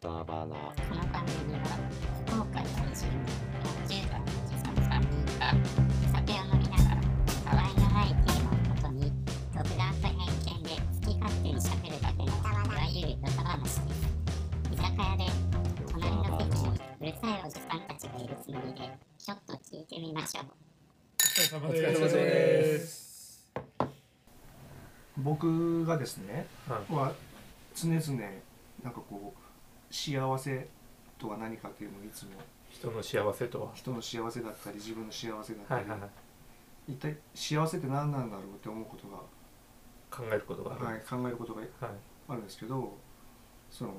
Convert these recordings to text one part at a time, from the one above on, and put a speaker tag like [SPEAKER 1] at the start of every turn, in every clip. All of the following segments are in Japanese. [SPEAKER 1] サーバーの
[SPEAKER 2] そのためには福岡在住の10代のおじさん3人が酒を飲みながらたわいのないテーマをもとに独断と偏見で好き勝手にしゃべるだけのいわゆるドタ話です居酒屋で隣の席にうるさいおじさんたちがいるつもりでちょっと聞いてみましょう
[SPEAKER 3] お。
[SPEAKER 4] お疲れ様です
[SPEAKER 5] 僕がですね、
[SPEAKER 4] は
[SPEAKER 5] は常々なんかこう幸せとは何かっていうのをいつも
[SPEAKER 4] 人の幸せとは。
[SPEAKER 5] 人の幸せだったり自分の幸せだっ
[SPEAKER 4] は
[SPEAKER 5] た
[SPEAKER 4] い
[SPEAKER 5] り、
[SPEAKER 4] はいはい。
[SPEAKER 5] 一体幸せって何なんだろうって思うことが、
[SPEAKER 4] 考えることがある。
[SPEAKER 5] はい、考えることが
[SPEAKER 4] はい。
[SPEAKER 5] あるんですけどその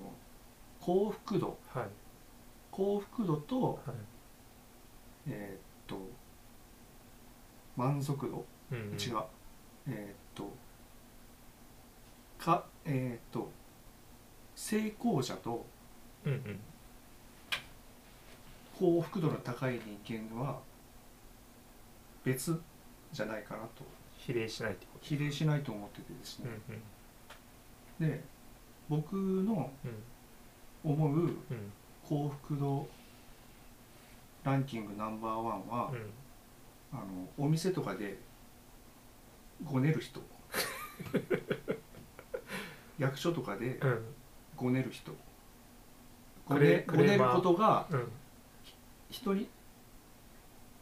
[SPEAKER 5] 幸福度
[SPEAKER 4] はい。
[SPEAKER 5] 幸福度と,、
[SPEAKER 4] はい。
[SPEAKER 5] えーっと満足度
[SPEAKER 4] うんん
[SPEAKER 5] 違う、。えーっとかえーっと成功者と
[SPEAKER 4] うんうん。
[SPEAKER 5] 幸福度の高い人間は別じゃないかなと
[SPEAKER 4] 比例しないってこと。
[SPEAKER 5] 比例しないと思っててです
[SPEAKER 4] うんう
[SPEAKER 5] ね、
[SPEAKER 4] ん。
[SPEAKER 5] で僕の
[SPEAKER 4] うん
[SPEAKER 5] 思う
[SPEAKER 4] うん
[SPEAKER 5] 幸福度ランキングナンバーワンは、
[SPEAKER 4] うん。
[SPEAKER 5] あのお店とかでごね る人役所とかで
[SPEAKER 4] うん。
[SPEAKER 5] ごねる人ご
[SPEAKER 4] クレ
[SPEAKER 5] ね
[SPEAKER 4] ク
[SPEAKER 5] ご
[SPEAKER 4] レー
[SPEAKER 5] ねる
[SPEAKER 4] マー
[SPEAKER 5] ことが
[SPEAKER 4] うん。
[SPEAKER 5] 人に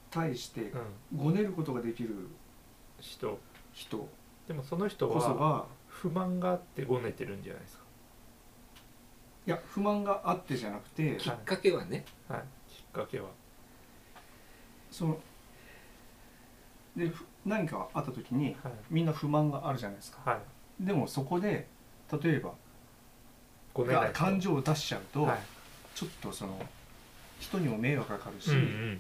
[SPEAKER 5] 対して
[SPEAKER 4] うん。
[SPEAKER 5] ごねることができる
[SPEAKER 4] 人。
[SPEAKER 5] 人こ
[SPEAKER 4] でもその人
[SPEAKER 5] そ
[SPEAKER 4] は
[SPEAKER 5] が
[SPEAKER 4] 不満があってごねてるんじゃないですか。
[SPEAKER 5] いや不満があってじゃなくて
[SPEAKER 4] き
[SPEAKER 3] きっかけはね、
[SPEAKER 4] はい。きっかけは。
[SPEAKER 5] そのでふ何かあった時に
[SPEAKER 4] はい。
[SPEAKER 5] みんな不満があるじゃないですか
[SPEAKER 4] はい。
[SPEAKER 5] でもそこで例えば
[SPEAKER 4] ごねない人。
[SPEAKER 5] 感情を出しちゃうと、
[SPEAKER 4] はい。
[SPEAKER 5] ちょっとその人にも迷惑がかかるし、
[SPEAKER 4] うんうん。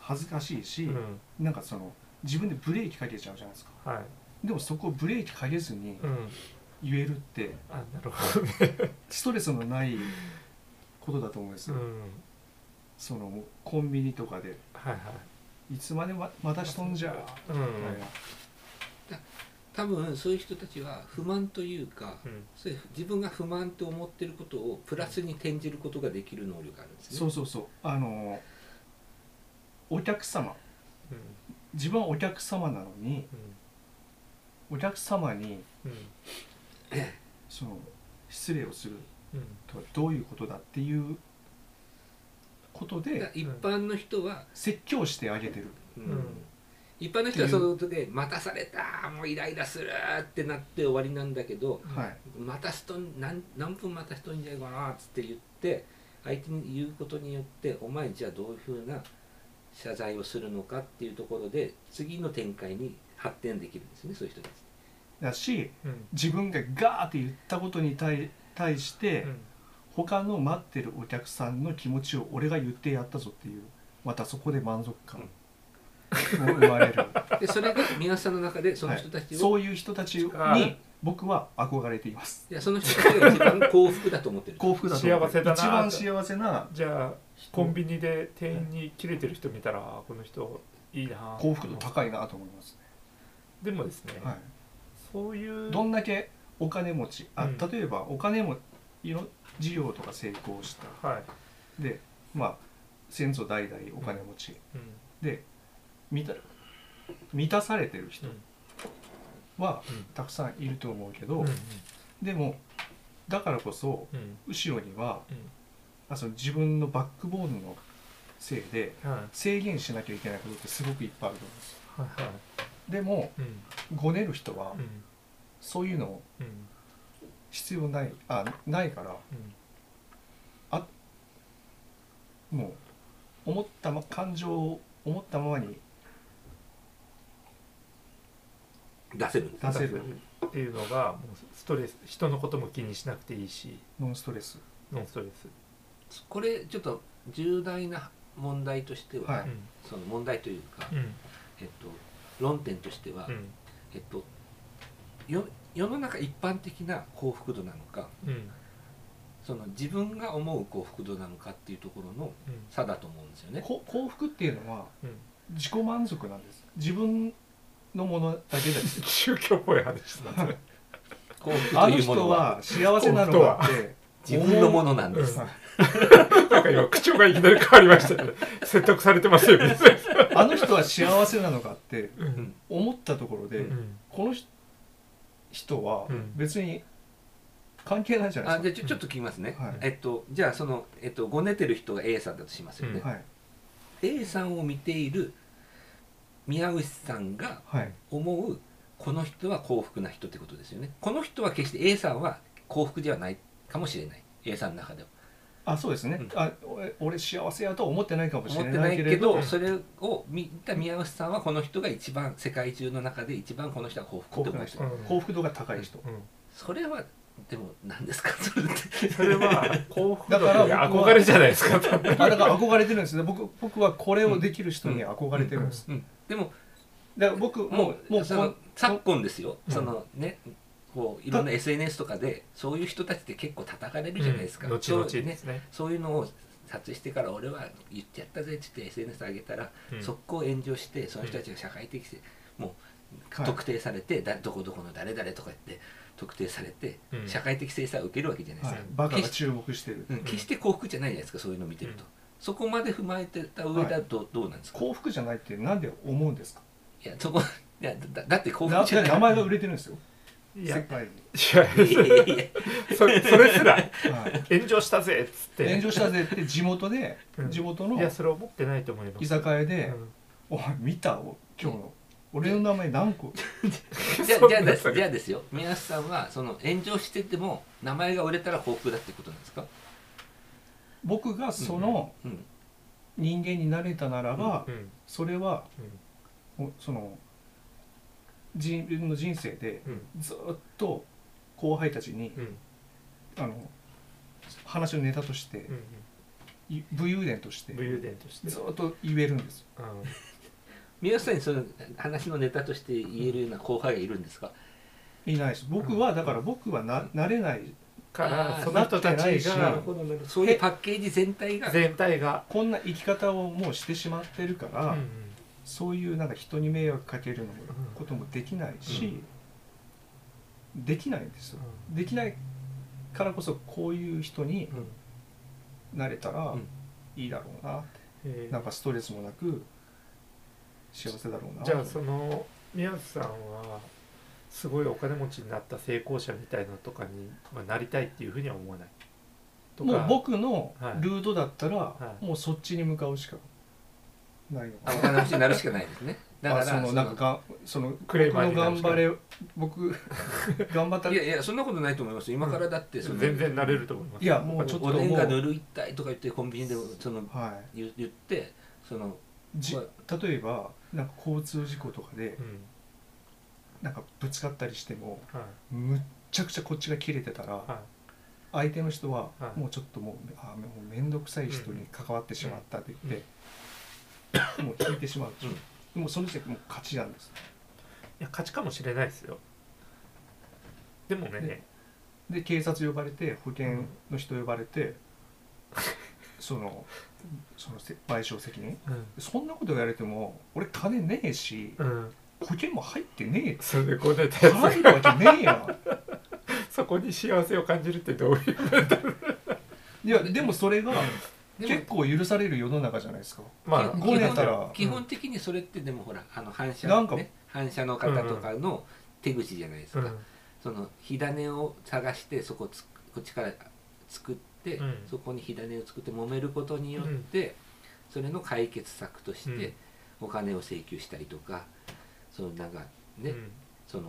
[SPEAKER 5] 恥ずかしいし、
[SPEAKER 4] うん。
[SPEAKER 5] なんかその自分でブレーキかけちゃうじゃないですか
[SPEAKER 4] はい。
[SPEAKER 5] でもそこをブレーキかけずに
[SPEAKER 4] うん。
[SPEAKER 5] 言えるって
[SPEAKER 4] あ、なるほどね。
[SPEAKER 5] ストレスのないことだと思うんです
[SPEAKER 4] う
[SPEAKER 5] よ、
[SPEAKER 4] ん。
[SPEAKER 5] そのコンビニとかで
[SPEAKER 4] はいはい。
[SPEAKER 5] いつまでままたしとんじゃ
[SPEAKER 4] うん。
[SPEAKER 5] みたいな
[SPEAKER 3] 多分そういう人たちは不満というか、
[SPEAKER 4] うん。
[SPEAKER 3] そういう自分が不満と思ってることをプラスに転じることができる能力があるんですね。
[SPEAKER 5] そうそうそうあのお客様
[SPEAKER 4] うん。
[SPEAKER 5] 自分はお客様なのに
[SPEAKER 4] うん。
[SPEAKER 5] お客様に
[SPEAKER 4] うん。
[SPEAKER 5] その失礼をする
[SPEAKER 4] うん。
[SPEAKER 5] とはどういうことだっていうこと
[SPEAKER 3] だから
[SPEAKER 5] で
[SPEAKER 3] 一般の人は、
[SPEAKER 5] 説教してあげてる
[SPEAKER 3] うん
[SPEAKER 4] うん
[SPEAKER 3] 一般の人はその時で「待たされたもうイライラする」ってなって終わりなんだけど
[SPEAKER 5] はい
[SPEAKER 3] 「待たすとん何何分待たしとんじゃいかな」っつって言って相手に言うことによってお前じゃあどういうふうな謝罪をするのかっていうところで次の展開に発展できるんですねそういう人たち。
[SPEAKER 5] だし
[SPEAKER 4] うん。
[SPEAKER 5] 自分がガーって言ったことに対対して、
[SPEAKER 4] うん。
[SPEAKER 5] 他の待ってるお客さんの気持ちを俺が言ってやったぞっていうまたそこで満足感を生まれ る、
[SPEAKER 3] でそれが皆さんの中でその人た
[SPEAKER 5] はい
[SPEAKER 3] ちを、
[SPEAKER 5] そういう人たち
[SPEAKER 4] あー
[SPEAKER 5] に僕は憧れています
[SPEAKER 3] いやその人たちが一番幸福だと思ってる。
[SPEAKER 5] 幸福だと思う
[SPEAKER 4] 幸せだな
[SPEAKER 5] 一番幸せな
[SPEAKER 4] じゃあコンビニで店員に切れてる人見たらこの人いいな
[SPEAKER 5] 幸福度高いなと思います
[SPEAKER 4] でもですね、
[SPEAKER 5] ね、は
[SPEAKER 4] そういう
[SPEAKER 5] い、どんだけお金持ちあ
[SPEAKER 4] うん
[SPEAKER 5] 例えばお金もいろ事業とか成功した
[SPEAKER 4] はい、
[SPEAKER 5] でまあ先祖代々お金持ち
[SPEAKER 4] うん
[SPEAKER 5] で満た満たされてる人は
[SPEAKER 4] うん
[SPEAKER 5] たくさんいると思うけど、
[SPEAKER 4] うん
[SPEAKER 5] でもだからこそ
[SPEAKER 4] うん
[SPEAKER 5] 後ろには
[SPEAKER 4] う
[SPEAKER 5] あその自分のバックボーンのせいで
[SPEAKER 4] んはい
[SPEAKER 5] 制限しなきゃいけないことってすごくいっぱいあると思うんですよ
[SPEAKER 4] はいはい
[SPEAKER 5] でも
[SPEAKER 4] うん
[SPEAKER 5] ごねる人は
[SPEAKER 4] うん
[SPEAKER 5] そういうの
[SPEAKER 4] うん
[SPEAKER 5] 必要ないあないから
[SPEAKER 4] うん
[SPEAKER 5] もう思った、ま、感情を思ったままに
[SPEAKER 3] 出せるんです。
[SPEAKER 5] 出せる
[SPEAKER 4] っていうのがもうストレス人のことも気にしなくていいし
[SPEAKER 5] ノンストレス
[SPEAKER 4] ノンストレス、
[SPEAKER 3] これちょっと重大な問題としては、
[SPEAKER 5] は
[SPEAKER 4] う
[SPEAKER 5] い
[SPEAKER 4] ん
[SPEAKER 3] その問題というか、
[SPEAKER 4] うん
[SPEAKER 3] えっと、論点としては、
[SPEAKER 4] うん
[SPEAKER 3] えっと、よ世の中一般的な幸福度なのか
[SPEAKER 4] うん
[SPEAKER 3] その自分が思う幸福度なのかっていうところの
[SPEAKER 4] うん
[SPEAKER 3] 差だと思うんですよね。
[SPEAKER 5] こ幸福っていうのは
[SPEAKER 4] うん
[SPEAKER 5] 自己満足なんです自分のものだけです
[SPEAKER 4] 宗教っぽい話だね
[SPEAKER 3] 幸福
[SPEAKER 5] あ
[SPEAKER 3] と
[SPEAKER 5] の
[SPEAKER 3] いうも
[SPEAKER 5] 人
[SPEAKER 3] のは
[SPEAKER 5] は幸せなのかって
[SPEAKER 3] 自分のものなんで す、
[SPEAKER 4] なんか今口調がいきなり変わりましたね説得されてますよね、
[SPEAKER 5] あの人は幸せなのかって
[SPEAKER 4] うん
[SPEAKER 5] 思ったところで、
[SPEAKER 4] うん
[SPEAKER 5] このひ人は
[SPEAKER 4] うん
[SPEAKER 5] 別に関係ないじゃな
[SPEAKER 3] あ
[SPEAKER 5] い
[SPEAKER 3] じ
[SPEAKER 5] で
[SPEAKER 3] ゃあちょちょっと聞きますね、
[SPEAKER 5] はい
[SPEAKER 3] えっと、じゃあその、えっと、ごねてる人が A さんだとしますよね
[SPEAKER 5] す、か。はい
[SPEAKER 3] A さんを見ている宮内さんが
[SPEAKER 5] はい
[SPEAKER 3] 思うこの人は幸福な人ってことですよねこの人は決して A さんは幸福ではないかもしれない A さんの中では
[SPEAKER 5] あそうですね、
[SPEAKER 3] うん
[SPEAKER 5] あ俺俺幸せやとは思ってないかもし
[SPEAKER 3] 思っ
[SPEAKER 5] れ
[SPEAKER 3] て
[SPEAKER 5] な
[SPEAKER 3] ないい
[SPEAKER 5] け
[SPEAKER 3] け
[SPEAKER 5] れど
[SPEAKER 3] どそれを見た宮内さんはこの人が一番世界中の中で一番この人は幸福って思う人
[SPEAKER 4] うん
[SPEAKER 5] 幸福度が高い人、
[SPEAKER 4] うん
[SPEAKER 3] それはでも何ですか それって
[SPEAKER 4] それは幸福度
[SPEAKER 5] だから
[SPEAKER 4] に
[SPEAKER 5] 僕は
[SPEAKER 4] 憧れじゃないですか多分
[SPEAKER 5] あだから憧れてるんですね僕僕はこれをできる人に憧れてるんです、
[SPEAKER 3] うんでも
[SPEAKER 5] だから僕も
[SPEAKER 3] も
[SPEAKER 5] うもう
[SPEAKER 3] うその
[SPEAKER 5] こ
[SPEAKER 3] 昨今ですよ、
[SPEAKER 4] うん
[SPEAKER 3] そのねこういろんな SNS とかでそういう人たちって結構叩かれるじゃないですか、
[SPEAKER 4] うん後々
[SPEAKER 3] そう
[SPEAKER 4] で
[SPEAKER 3] ね
[SPEAKER 4] すね
[SPEAKER 3] そういうのを撮影してから俺は言ってやったぜって言って SNS 上げたら、
[SPEAKER 4] うん
[SPEAKER 3] 速攻炎上してその人たちが社会的性、もう
[SPEAKER 5] はい
[SPEAKER 3] 特定されて、だどこどこの誰々とか言って特定されて、
[SPEAKER 4] うん
[SPEAKER 3] 社会的制裁を受けるわけじゃないです
[SPEAKER 5] はい
[SPEAKER 3] か、、
[SPEAKER 5] バカが注目してる、
[SPEAKER 3] うん決して幸福じゃないじゃないですかそういうの見てると、
[SPEAKER 4] うん
[SPEAKER 3] そこまで踏まえてた上だと、どうなんですか
[SPEAKER 5] 幸福じゃないってなんで思うんですか
[SPEAKER 3] いやそこ いやだだって幸
[SPEAKER 5] な
[SPEAKER 3] 福じゃない
[SPEAKER 5] 名前が売れてるんですよ
[SPEAKER 4] いや
[SPEAKER 5] 世
[SPEAKER 4] い
[SPEAKER 5] 界に、
[SPEAKER 4] や
[SPEAKER 3] いやいや いや
[SPEAKER 4] それそれすら
[SPEAKER 5] はい
[SPEAKER 4] 炎上したぜっつって
[SPEAKER 5] 炎上したぜって地元で、
[SPEAKER 4] うん
[SPEAKER 5] 地元の
[SPEAKER 4] いやそれ思ってないと思います
[SPEAKER 5] 居酒屋で、
[SPEAKER 4] うん
[SPEAKER 5] お前見たお今日の俺の名前何個
[SPEAKER 3] じゃ
[SPEAKER 4] そん
[SPEAKER 3] じゃあ
[SPEAKER 4] な
[SPEAKER 3] ですじゃあですよ宮下さんはその炎上してても名前が売れたら幸福だってことなんですか
[SPEAKER 5] 僕がその
[SPEAKER 3] うん
[SPEAKER 5] 人間になれたならば、
[SPEAKER 4] うん
[SPEAKER 5] それは
[SPEAKER 4] うん
[SPEAKER 5] おその自分の人生で
[SPEAKER 4] うん
[SPEAKER 5] ずっと後輩たちに、
[SPEAKER 4] うん
[SPEAKER 5] あの話のネタとして
[SPEAKER 4] う、ん
[SPEAKER 5] い武勇伝として
[SPEAKER 4] 武勇伝として
[SPEAKER 5] ずっと言えるんですよ
[SPEAKER 4] うん
[SPEAKER 3] 宮下さんにその話のネタとして言えるような後輩がいるんですか
[SPEAKER 5] いないし僕はだから僕はななれない
[SPEAKER 4] か
[SPEAKER 3] あ
[SPEAKER 4] ら
[SPEAKER 3] ー
[SPEAKER 4] その人た
[SPEAKER 5] なってない
[SPEAKER 4] ち
[SPEAKER 5] し
[SPEAKER 3] な
[SPEAKER 5] な
[SPEAKER 3] る
[SPEAKER 4] が
[SPEAKER 3] ほどなるほどそういうパッケージ全体が
[SPEAKER 4] 全体が
[SPEAKER 5] こんな生き方をもうしてしまってるから、
[SPEAKER 4] うん
[SPEAKER 5] そういうなんか人に迷惑かけるのも
[SPEAKER 4] うん
[SPEAKER 5] こともできないし、できないんですよ
[SPEAKER 4] う
[SPEAKER 5] できないからこそこういう人に
[SPEAKER 4] んうん
[SPEAKER 5] なれたら
[SPEAKER 3] うん
[SPEAKER 5] いいだろうなって
[SPEAKER 4] えー
[SPEAKER 5] なんかストレスもなく幸せだろうな
[SPEAKER 4] じゃあその宮津さんはすごいお金持ちになった成功者みたいなのとかにはなりたいっていうふうには思わないとか
[SPEAKER 5] もう僕の
[SPEAKER 4] はい
[SPEAKER 5] ルートだったら、
[SPEAKER 4] い
[SPEAKER 5] もうそっちに向かうしかないの
[SPEAKER 3] あ
[SPEAKER 5] か
[SPEAKER 3] お
[SPEAKER 5] な
[SPEAKER 3] 金持ちになるしかないですねだから
[SPEAKER 5] あその
[SPEAKER 3] そ
[SPEAKER 5] な
[SPEAKER 3] の
[SPEAKER 5] んかがその
[SPEAKER 4] クレーマーに
[SPEAKER 5] 僕の
[SPEAKER 4] なるし
[SPEAKER 5] 頑
[SPEAKER 4] か
[SPEAKER 5] 張れ僕 頑張ったら
[SPEAKER 3] い
[SPEAKER 5] い
[SPEAKER 3] やいやそんなことないと思いますよ今からだってその
[SPEAKER 4] 全然なれると思います
[SPEAKER 5] やもうちょっと
[SPEAKER 3] おでん
[SPEAKER 5] も
[SPEAKER 3] が
[SPEAKER 5] う
[SPEAKER 3] ぬるいたいとか言ってコンビニでその
[SPEAKER 5] は
[SPEAKER 3] 言言ってその
[SPEAKER 5] いじ例えばなんか交通事故とかで
[SPEAKER 4] うん
[SPEAKER 5] なんかぶつかったりしても
[SPEAKER 4] はい
[SPEAKER 5] むっちゃくちゃこっちが切れてたら
[SPEAKER 4] は
[SPEAKER 5] 相手の人は
[SPEAKER 4] はい
[SPEAKER 5] もうちょっともうあもう面倒くさい人に関わってしまったって言ってもう引いてしまうでしょもうその時点でもう勝ちなんで
[SPEAKER 4] い
[SPEAKER 5] す
[SPEAKER 4] いや勝ちかもしれないですよでもね
[SPEAKER 5] ねで警察呼ばれて保険の人呼ばれてそのそのせ賠償責任
[SPEAKER 4] うん
[SPEAKER 5] そんなこと言われても俺金ねえし
[SPEAKER 4] うん
[SPEAKER 5] 保険も入ってね
[SPEAKER 4] それでこう出た
[SPEAKER 5] え
[SPEAKER 4] やつが
[SPEAKER 5] 払えるわけねえや
[SPEAKER 4] そこに幸せを感じるってどういう、
[SPEAKER 5] んいやでもそれが
[SPEAKER 3] でも
[SPEAKER 5] 結構許される世の中じゃないですか
[SPEAKER 4] まあ、
[SPEAKER 5] ごねたら
[SPEAKER 3] 基本的にそれってでもほらあの反射、
[SPEAKER 5] なんか
[SPEAKER 3] ね、反射の方とかの手口じゃないですか、
[SPEAKER 4] うん
[SPEAKER 3] その火種を探してそこつこっちから作って、
[SPEAKER 4] うん
[SPEAKER 3] そこに火種を作って揉めることによって、それの解決策としてお金を請求したりとかそのなんかね、
[SPEAKER 4] うん
[SPEAKER 3] その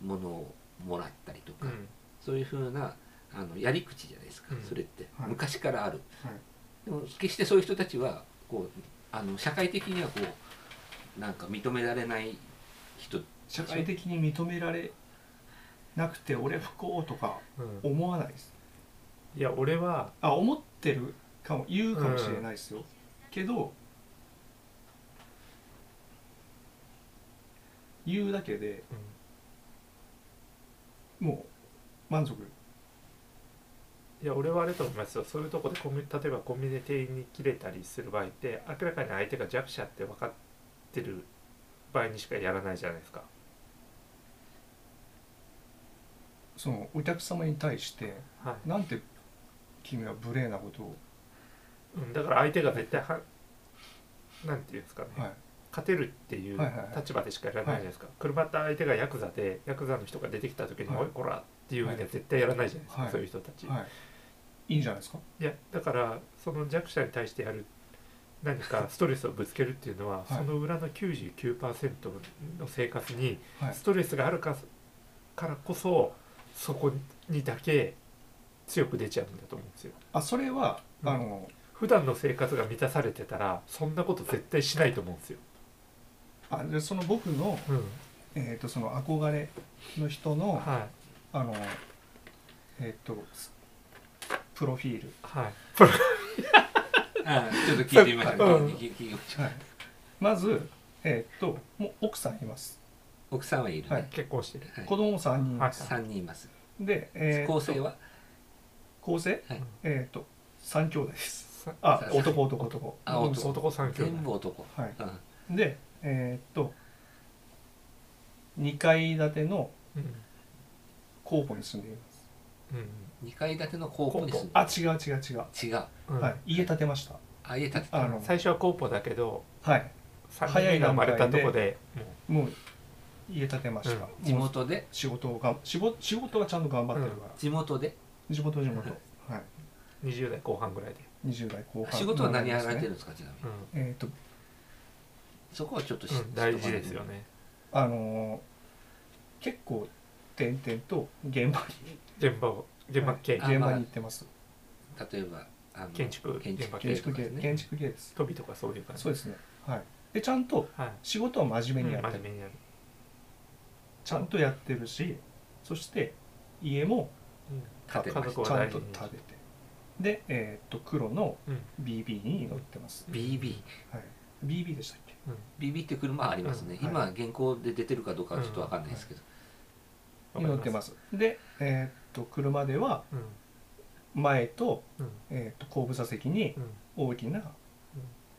[SPEAKER 3] ものをもらったりとか、
[SPEAKER 4] うん
[SPEAKER 3] そういうふうなあのやり口じゃないですか、
[SPEAKER 4] うん
[SPEAKER 3] それって、
[SPEAKER 5] はい
[SPEAKER 3] 昔からある、
[SPEAKER 5] はい
[SPEAKER 3] でも決してそういう人たちはこうあの社会的にはこうなんか認められない人
[SPEAKER 5] 社会的に認められなくて俺不幸とか
[SPEAKER 4] うん
[SPEAKER 5] 思わないです
[SPEAKER 4] いや俺は
[SPEAKER 5] あ思ってるかも言うかもしれないですよ、けど言うだけで
[SPEAKER 4] うん
[SPEAKER 5] もう満足
[SPEAKER 4] いや俺はあれと思いますよそういうとこでコンビ例えばコンビニで店員に切れたりする場合って明らかに相手が弱者って分かってる場合にしかやらないじゃないですか
[SPEAKER 5] そのお客様に対して
[SPEAKER 4] はい
[SPEAKER 5] なんて君は無礼なことを、
[SPEAKER 4] うん、だから相手が絶対はなんていうんですかね、
[SPEAKER 5] はい、
[SPEAKER 4] 勝てるっていう
[SPEAKER 5] はいはいはい
[SPEAKER 4] 立場でしかやらないじゃないですか、車って相手がヤクザでヤクザの人が出てきた時に「
[SPEAKER 5] はい
[SPEAKER 4] おいこら!」っていうふうには絶対やらないじゃないですか、
[SPEAKER 5] はい
[SPEAKER 4] そういう人たち、
[SPEAKER 5] はい、いいんじゃないですか、
[SPEAKER 4] い、やだからその弱者に対してやる何 かストレスをぶつけるっていうのは、
[SPEAKER 5] はい
[SPEAKER 4] その裏の99%の生活に
[SPEAKER 5] はい
[SPEAKER 4] ストレスがあるかからこそそこにだけ強く出ちゃうんだと思うんですよ
[SPEAKER 5] あそれは、
[SPEAKER 4] うん
[SPEAKER 5] あの
[SPEAKER 4] 普段の生活が満たされてたらそんなこと絶対しないと思うんですよ、
[SPEAKER 5] あでその僕の,、
[SPEAKER 4] うん
[SPEAKER 5] えー、とその憧れの人の
[SPEAKER 4] はい
[SPEAKER 5] あのえっ、とすプロフィール、
[SPEAKER 4] はい
[SPEAKER 3] あちょっと聞いてみましょう
[SPEAKER 4] うん
[SPEAKER 3] 聞いてみましょう
[SPEAKER 5] はい、まず、えっともう奥さんいます、
[SPEAKER 3] 奥さんはいる
[SPEAKER 5] はい
[SPEAKER 3] ね、
[SPEAKER 4] 結婚してる
[SPEAKER 3] はい
[SPEAKER 5] 子供も3人、
[SPEAKER 4] はい
[SPEAKER 3] 三3人います
[SPEAKER 5] で、えー、
[SPEAKER 3] 構成は
[SPEAKER 5] 構成、
[SPEAKER 3] はい
[SPEAKER 5] えっ、と3兄弟です
[SPEAKER 4] さ
[SPEAKER 5] あ
[SPEAKER 3] さ
[SPEAKER 5] 男男男
[SPEAKER 3] あ男
[SPEAKER 4] 男三兄弟
[SPEAKER 3] 全部男、
[SPEAKER 5] はい
[SPEAKER 3] うん
[SPEAKER 5] でえっ、と2階建ての
[SPEAKER 4] うん
[SPEAKER 5] 候補に住んでいます
[SPEAKER 4] うん
[SPEAKER 3] 二階建ての高校に住んで
[SPEAKER 5] あ違う違う違う、
[SPEAKER 3] 違う
[SPEAKER 4] うん
[SPEAKER 5] はい、家建てました
[SPEAKER 3] あ家建てた
[SPEAKER 5] あの
[SPEAKER 4] 最初はコーポだけど
[SPEAKER 5] はい
[SPEAKER 4] 3人目が生まれたとこで
[SPEAKER 5] もう家建てました、
[SPEAKER 3] 地
[SPEAKER 5] もう
[SPEAKER 3] 元で
[SPEAKER 5] 仕事をが仕事仕事はちゃんと頑張ってるから、
[SPEAKER 3] 地元で
[SPEAKER 5] 地元地元はい
[SPEAKER 4] もう20代後半ぐらいで、
[SPEAKER 5] 20代後半
[SPEAKER 3] 仕事は何やられて
[SPEAKER 5] ですね
[SPEAKER 3] るんですかちなみに
[SPEAKER 4] うん
[SPEAKER 5] えっ、と
[SPEAKER 3] そこはちょっと知
[SPEAKER 4] う
[SPEAKER 3] っ
[SPEAKER 4] ん大事ですよね
[SPEAKER 5] あのー結構点々と現場に
[SPEAKER 4] 現場を現場系
[SPEAKER 5] 現場に行ってます
[SPEAKER 3] 例えばあの
[SPEAKER 4] 建築
[SPEAKER 3] 建築
[SPEAKER 4] 現場系
[SPEAKER 5] 建
[SPEAKER 3] 系
[SPEAKER 5] 築
[SPEAKER 3] とか
[SPEAKER 5] 系
[SPEAKER 3] ですね
[SPEAKER 5] 建築系です
[SPEAKER 4] 飛びとかそういう感じ
[SPEAKER 5] そうですねはいでちゃんと
[SPEAKER 4] はい
[SPEAKER 5] 仕事は真
[SPEAKER 4] うん真
[SPEAKER 5] 面目
[SPEAKER 4] 面
[SPEAKER 5] にやってる、
[SPEAKER 4] 目にやる
[SPEAKER 5] ちゃんとやってるしそして家も
[SPEAKER 4] うん
[SPEAKER 5] 建
[SPEAKER 3] て
[SPEAKER 5] て
[SPEAKER 3] ま
[SPEAKER 5] ますすちゃんと建ててで、えーっと黒の
[SPEAKER 4] うん
[SPEAKER 5] BB に乗ってます、
[SPEAKER 3] BB
[SPEAKER 5] はい、BB でしたっけ
[SPEAKER 3] BB って車ありますね、
[SPEAKER 5] うん
[SPEAKER 3] 今現行で出てるかどうかはちょっとわかんないですけど、
[SPEAKER 4] わ
[SPEAKER 5] に
[SPEAKER 4] かり
[SPEAKER 5] 乗ってますで、えーっと車では
[SPEAKER 4] うん
[SPEAKER 5] 前と,、
[SPEAKER 4] うん
[SPEAKER 5] えーっと後部座席に
[SPEAKER 4] うん
[SPEAKER 5] 大きな、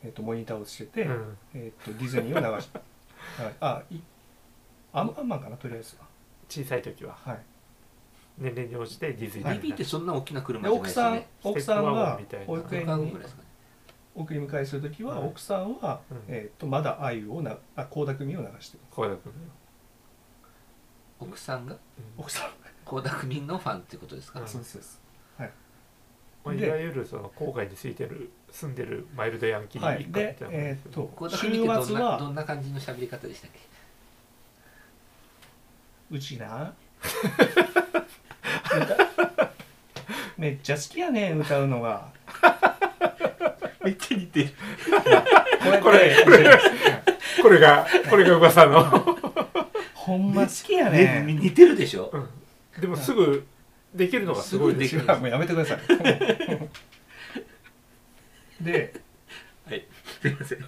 [SPEAKER 5] えーっとモニターをつけて、
[SPEAKER 4] うん
[SPEAKER 5] えーっとディズニ ーを流してはいあいアンパンマンかなとりあえずは
[SPEAKER 4] 小さい時は
[SPEAKER 5] はい
[SPEAKER 4] 年齢に応じてディズニーに
[SPEAKER 3] BB ってそんな大きな車
[SPEAKER 5] で
[SPEAKER 3] じゃないで
[SPEAKER 5] 奥
[SPEAKER 3] す
[SPEAKER 5] さん
[SPEAKER 3] よね
[SPEAKER 5] 奥さんは
[SPEAKER 4] ステップワゴン
[SPEAKER 5] 保
[SPEAKER 4] みたいな
[SPEAKER 5] 育園に
[SPEAKER 3] 買うぐらいですかね
[SPEAKER 5] 送り迎えする時は、
[SPEAKER 4] うん
[SPEAKER 5] 奥さんは、
[SPEAKER 4] うん
[SPEAKER 5] えー、とまだ愛をなあ倖田來未を流してる
[SPEAKER 4] 小田君
[SPEAKER 3] 奥さんが
[SPEAKER 4] うん
[SPEAKER 5] 奥さん、
[SPEAKER 3] 倖田來未のファンってことですか、
[SPEAKER 4] うん
[SPEAKER 5] そうですそうです
[SPEAKER 4] まあ、い
[SPEAKER 5] で
[SPEAKER 4] わゆるその郊外についてる住んでるマイルドヤンキー
[SPEAKER 5] はい
[SPEAKER 4] 一家み
[SPEAKER 5] で
[SPEAKER 4] たいな、
[SPEAKER 5] えーっと
[SPEAKER 3] 倖田
[SPEAKER 5] 週
[SPEAKER 3] 來未って
[SPEAKER 5] 末
[SPEAKER 3] どんなど
[SPEAKER 5] は
[SPEAKER 3] んな感じの喋り方でしたっけ
[SPEAKER 5] うちな歌めっちゃ好きやねん歌うのが
[SPEAKER 4] めっちゃ似てるこ
[SPEAKER 5] これ
[SPEAKER 4] れ
[SPEAKER 5] これ
[SPEAKER 4] これがこれが噂の、
[SPEAKER 5] ほんま好きやね
[SPEAKER 3] ね
[SPEAKER 5] ん
[SPEAKER 3] 似てるでしょ
[SPEAKER 4] うん、でもすぐできるのがすごいです
[SPEAKER 5] 違
[SPEAKER 4] よ
[SPEAKER 5] うもうやめてください で
[SPEAKER 3] はいすいません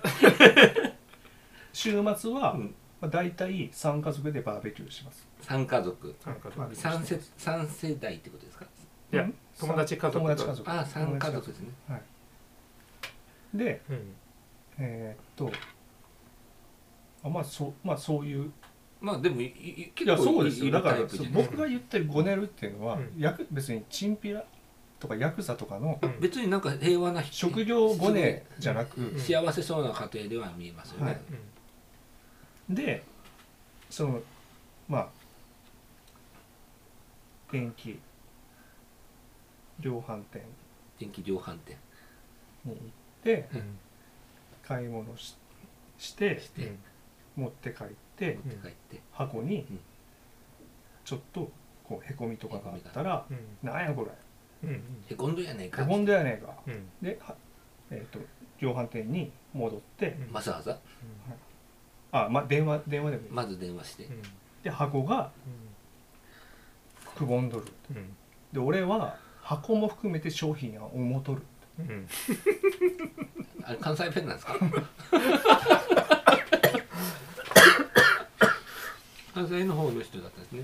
[SPEAKER 5] 週末は、
[SPEAKER 3] うん
[SPEAKER 5] まあ、大体3家族でバーベキューします
[SPEAKER 3] 3家族
[SPEAKER 4] なんか
[SPEAKER 5] まあ
[SPEAKER 3] 三世三世代ってことですか
[SPEAKER 4] いや
[SPEAKER 5] うん
[SPEAKER 4] 友達家族
[SPEAKER 5] 友達家族
[SPEAKER 3] ああ3家族ですね
[SPEAKER 5] で
[SPEAKER 4] うん
[SPEAKER 5] えーっとあまあそうまあそういう
[SPEAKER 3] まあでもいい
[SPEAKER 5] い
[SPEAKER 3] 結
[SPEAKER 5] やそ
[SPEAKER 3] 構
[SPEAKER 5] う
[SPEAKER 3] い
[SPEAKER 5] です
[SPEAKER 3] い
[SPEAKER 5] よだ
[SPEAKER 3] る
[SPEAKER 5] か
[SPEAKER 3] タ
[SPEAKER 5] ら
[SPEAKER 3] イプじゃない
[SPEAKER 5] 僕が言ってるゴネルっていうのは、
[SPEAKER 4] うん
[SPEAKER 5] やく別にチンピラとかヤクザとかの
[SPEAKER 4] うん
[SPEAKER 3] 別になんか平和な人
[SPEAKER 5] 職業ゴネじゃなく、
[SPEAKER 4] うん
[SPEAKER 3] 幸せそうな家庭では見えますよね、
[SPEAKER 5] はい
[SPEAKER 4] うん
[SPEAKER 5] でそのまあ電気量販店
[SPEAKER 3] 電気量販店
[SPEAKER 5] に行って
[SPEAKER 4] うん
[SPEAKER 5] 買い物しして
[SPEAKER 3] し
[SPEAKER 4] う
[SPEAKER 3] て、
[SPEAKER 4] ん
[SPEAKER 5] 持って帰って
[SPEAKER 3] 持って帰って、
[SPEAKER 5] 箱に
[SPEAKER 3] うん
[SPEAKER 5] ちょっとこうへこみとかがあったら
[SPEAKER 4] う
[SPEAKER 5] 「なんやこれ
[SPEAKER 4] んうん
[SPEAKER 3] へこんどやねんか
[SPEAKER 5] へこんだやねえか
[SPEAKER 4] うんうん」
[SPEAKER 5] で、はえー、と量販店に戻って
[SPEAKER 4] うん
[SPEAKER 3] わざわざ
[SPEAKER 5] あ、ま、電話電話でもいい、
[SPEAKER 3] まず電話して、
[SPEAKER 4] うん
[SPEAKER 5] で箱がくぼんどる
[SPEAKER 4] うん
[SPEAKER 5] で俺は箱も含めて商品は重とる
[SPEAKER 4] うん
[SPEAKER 3] あれ関西弁なん ですか関西の方の人だったんですね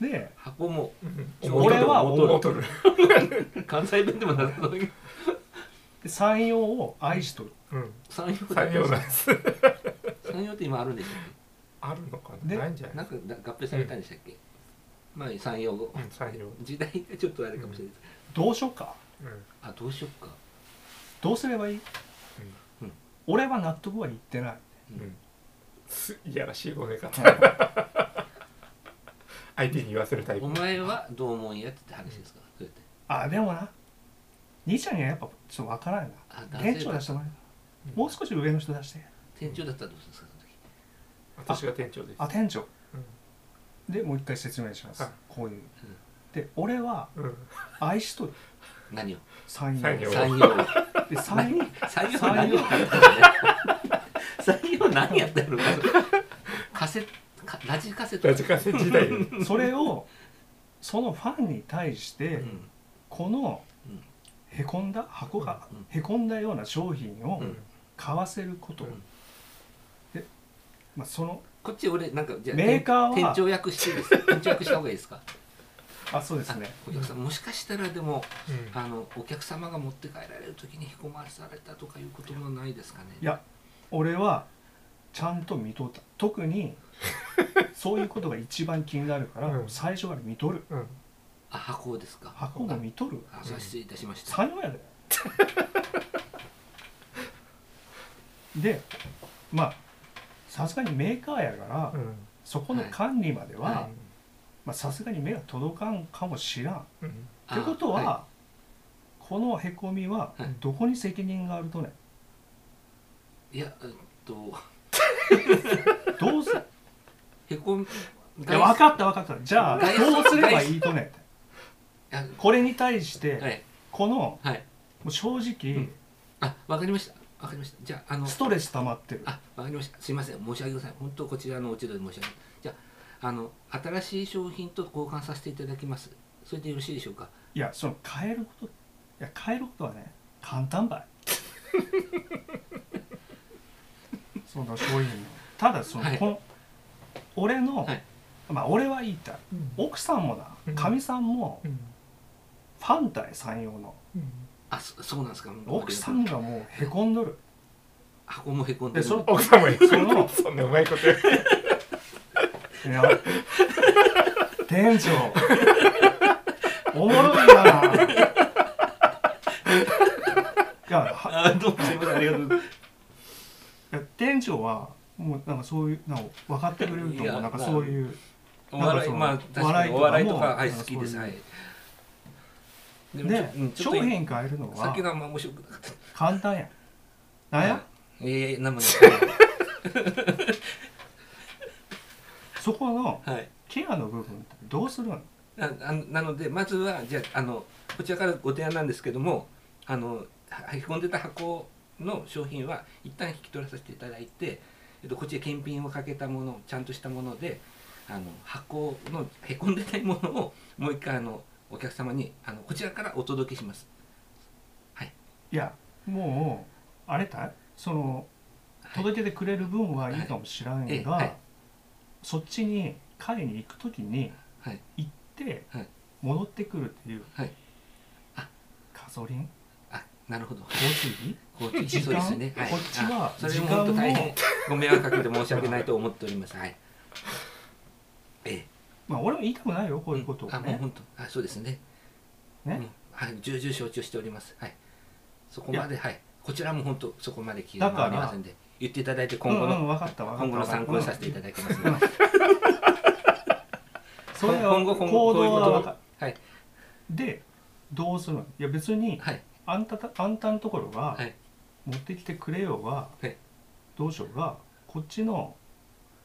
[SPEAKER 5] で
[SPEAKER 3] 箱も
[SPEAKER 4] うん
[SPEAKER 3] ちょ
[SPEAKER 5] 俺は
[SPEAKER 3] 元々
[SPEAKER 4] 思
[SPEAKER 5] 思う
[SPEAKER 4] う
[SPEAKER 5] と
[SPEAKER 4] と
[SPEAKER 5] る
[SPEAKER 4] る
[SPEAKER 3] 関西弁でもなさそうだけど
[SPEAKER 5] で山陽を愛しとる
[SPEAKER 4] うん
[SPEAKER 3] 山陽って
[SPEAKER 4] 採用なんです
[SPEAKER 3] 山陽って今あるんでしたっ
[SPEAKER 4] あるのか
[SPEAKER 5] で
[SPEAKER 4] なないんじゃ
[SPEAKER 3] け
[SPEAKER 4] な
[SPEAKER 3] ないんか合併されたんでしたっけ、まあ山陽
[SPEAKER 4] うん採用
[SPEAKER 3] 時代がちょっとあれかもしれないです
[SPEAKER 5] どうしようか
[SPEAKER 4] うん
[SPEAKER 3] あどうしよっか、
[SPEAKER 5] どうすればいい俺は納得はいってない
[SPEAKER 4] うんうんすいやらしいごめんか
[SPEAKER 5] だ
[SPEAKER 4] 相手に言わせるタイプ
[SPEAKER 3] お前はどう思うんやって話ですから、そうやって
[SPEAKER 5] あでもな兄ちゃんにはやっぱちょっとわからない
[SPEAKER 3] あ
[SPEAKER 5] な
[SPEAKER 3] 男性
[SPEAKER 5] 店長出してもらえない
[SPEAKER 4] うん
[SPEAKER 5] もう少し上の人出して
[SPEAKER 3] 店長だったらどうするんですかその時
[SPEAKER 4] 私が店長です
[SPEAKER 5] あ店長
[SPEAKER 4] うん
[SPEAKER 5] でもう一回説明します、
[SPEAKER 4] はい
[SPEAKER 5] こういう、で俺は
[SPEAKER 4] うん
[SPEAKER 5] 愛しとる
[SPEAKER 3] 何を
[SPEAKER 5] 三人
[SPEAKER 4] 三人
[SPEAKER 3] 産業
[SPEAKER 5] で三人
[SPEAKER 3] 産業
[SPEAKER 5] 三
[SPEAKER 3] 何
[SPEAKER 5] 陽
[SPEAKER 3] をやったの産業何やったのカセットかラジカセット
[SPEAKER 4] ラジカセ時代に
[SPEAKER 5] それをそのファンに対し
[SPEAKER 3] う
[SPEAKER 5] て、
[SPEAKER 3] ん
[SPEAKER 5] この
[SPEAKER 3] うん
[SPEAKER 5] へこんだ箱が
[SPEAKER 3] うん
[SPEAKER 5] へこんだような商品を
[SPEAKER 4] うん
[SPEAKER 5] 買わせること、
[SPEAKER 3] うん
[SPEAKER 5] まあ、その
[SPEAKER 3] こっち俺なんかじゃあ
[SPEAKER 5] メーカーは
[SPEAKER 3] 店長役していいです店長役した方がいいですか
[SPEAKER 5] あそうですね
[SPEAKER 3] あお客さんもしかしたらでも
[SPEAKER 4] うん
[SPEAKER 3] あのお客様が持って帰られる時にへこまされたとかいうこともないですかね
[SPEAKER 5] いや俺はちゃんと見とった特に そういうことが一番気になるから、
[SPEAKER 4] うん
[SPEAKER 5] 最初から見とる
[SPEAKER 4] うん
[SPEAKER 3] あ箱ですか
[SPEAKER 5] 箱も見とる
[SPEAKER 3] あそう失礼いたしました
[SPEAKER 5] 才能や ででまあさすがにメーカーやから、
[SPEAKER 4] うん
[SPEAKER 5] そこの管理まで
[SPEAKER 3] は
[SPEAKER 5] はまあさすがに目が届かんかもしらん
[SPEAKER 4] うん
[SPEAKER 5] ってことは、
[SPEAKER 3] あい
[SPEAKER 5] このへこみは
[SPEAKER 3] はい
[SPEAKER 5] どこに責任があると ね、
[SPEAKER 3] いやえっと
[SPEAKER 5] どうすい
[SPEAKER 3] へこん
[SPEAKER 5] や分かった分かったじゃあ
[SPEAKER 3] 大
[SPEAKER 5] どうすればいいとね
[SPEAKER 3] いや
[SPEAKER 5] これに対し
[SPEAKER 3] は
[SPEAKER 5] て
[SPEAKER 3] い
[SPEAKER 5] この
[SPEAKER 3] はい
[SPEAKER 5] もう正直
[SPEAKER 3] んあわかりましたわかりましたじゃああの
[SPEAKER 5] ストレス溜まってる
[SPEAKER 3] あわかりましたすいません申し訳ございません本当こちらのおち度で申し訳ないじゃああの新しい商品と交換させていただきますそれでよろしいでしょうか
[SPEAKER 5] いやその変えることいや変えることはね簡単 ばいその商品のただその、
[SPEAKER 3] はい
[SPEAKER 5] この俺の、
[SPEAKER 3] はい
[SPEAKER 5] まあ俺は言いたい奥さんも
[SPEAKER 4] うん
[SPEAKER 5] なかみさんも
[SPEAKER 4] うん
[SPEAKER 5] ファン対三様の
[SPEAKER 4] うん
[SPEAKER 3] あそそうなんですか
[SPEAKER 5] 奥さんがもうへこんどる
[SPEAKER 3] 箱もへこんで
[SPEAKER 5] でその
[SPEAKER 4] 奥様にそ
[SPEAKER 5] その
[SPEAKER 4] んなうまいこと言う
[SPEAKER 5] い や店長おもろいないやは
[SPEAKER 3] あどうもすいませんありがとうございます
[SPEAKER 5] いや店長はもうなんかそういうなんか分かってくれると
[SPEAKER 3] い
[SPEAKER 5] 思
[SPEAKER 3] や
[SPEAKER 5] うなんかそういう
[SPEAKER 3] お笑い
[SPEAKER 5] なんかその
[SPEAKER 3] まあ確かにお笑
[SPEAKER 5] 笑
[SPEAKER 3] い
[SPEAKER 5] い
[SPEAKER 3] と
[SPEAKER 5] とかも
[SPEAKER 3] かはい好きです
[SPEAKER 5] な
[SPEAKER 3] は
[SPEAKER 5] ん
[SPEAKER 3] い
[SPEAKER 5] か
[SPEAKER 3] でもちょ
[SPEAKER 5] ね
[SPEAKER 3] うんちょっ
[SPEAKER 5] 商
[SPEAKER 3] と
[SPEAKER 5] 品変えるの
[SPEAKER 3] さっ
[SPEAKER 5] は
[SPEAKER 3] きのはあんま面白くなかった
[SPEAKER 5] 簡単やなんや
[SPEAKER 3] いやいや 何もない
[SPEAKER 5] そこの
[SPEAKER 3] はい
[SPEAKER 5] ケアの部分ってどうするの
[SPEAKER 3] なななのでまずはじゃああのこちらからご提案なんですけどもあのはへこんでた箱の商品は一旦引き取らさせていただいて、えっと、こっちで検品をかけたものちゃんとしたものであの箱のへこんでないものをもう一回あのお客様にあのこちらからお届けします。
[SPEAKER 5] いやもうあれたいその
[SPEAKER 3] はい
[SPEAKER 5] 届けてくれる分はいいかもしらん
[SPEAKER 3] ええ
[SPEAKER 5] が、
[SPEAKER 3] はい
[SPEAKER 5] そっちに買いに行く時に
[SPEAKER 3] はい
[SPEAKER 5] 行って
[SPEAKER 3] はい
[SPEAKER 5] 戻ってくるっていう、
[SPEAKER 3] はいあ
[SPEAKER 5] ガソリン
[SPEAKER 3] あなるほど。
[SPEAKER 5] 交通費
[SPEAKER 3] こっち
[SPEAKER 5] 時
[SPEAKER 3] そう
[SPEAKER 5] 間
[SPEAKER 3] ですね。はい、
[SPEAKER 5] こっちは
[SPEAKER 3] あそれ
[SPEAKER 5] 時
[SPEAKER 3] も
[SPEAKER 5] 間も
[SPEAKER 3] 本当大変ご迷惑かけて申し訳ないと思っておりま す。はい。ええ。
[SPEAKER 5] まあ俺も言いたくないよこういうことを
[SPEAKER 3] んあもう
[SPEAKER 5] ね、
[SPEAKER 3] 本当あそうですね
[SPEAKER 5] ね
[SPEAKER 3] うんはい重々承知をしておりますはいそこまではいこちらも本当そこまで気
[SPEAKER 5] だ
[SPEAKER 3] が
[SPEAKER 5] から
[SPEAKER 3] 回りませんで言っていただいて今後
[SPEAKER 5] うんう
[SPEAKER 3] の
[SPEAKER 5] ん分かった分かった
[SPEAKER 3] 今後の参考にさせていただきますので
[SPEAKER 5] それは
[SPEAKER 3] 今後今後
[SPEAKER 5] 行
[SPEAKER 3] こういう
[SPEAKER 5] 動
[SPEAKER 3] こと
[SPEAKER 5] は
[SPEAKER 3] を
[SPEAKER 5] 分かる
[SPEAKER 3] はい
[SPEAKER 5] でどうするのいや別に
[SPEAKER 3] はい
[SPEAKER 5] あんたたあんたのところが
[SPEAKER 3] はい
[SPEAKER 5] 持ってきてくれようが、
[SPEAKER 3] はい
[SPEAKER 5] どうしようがこっちの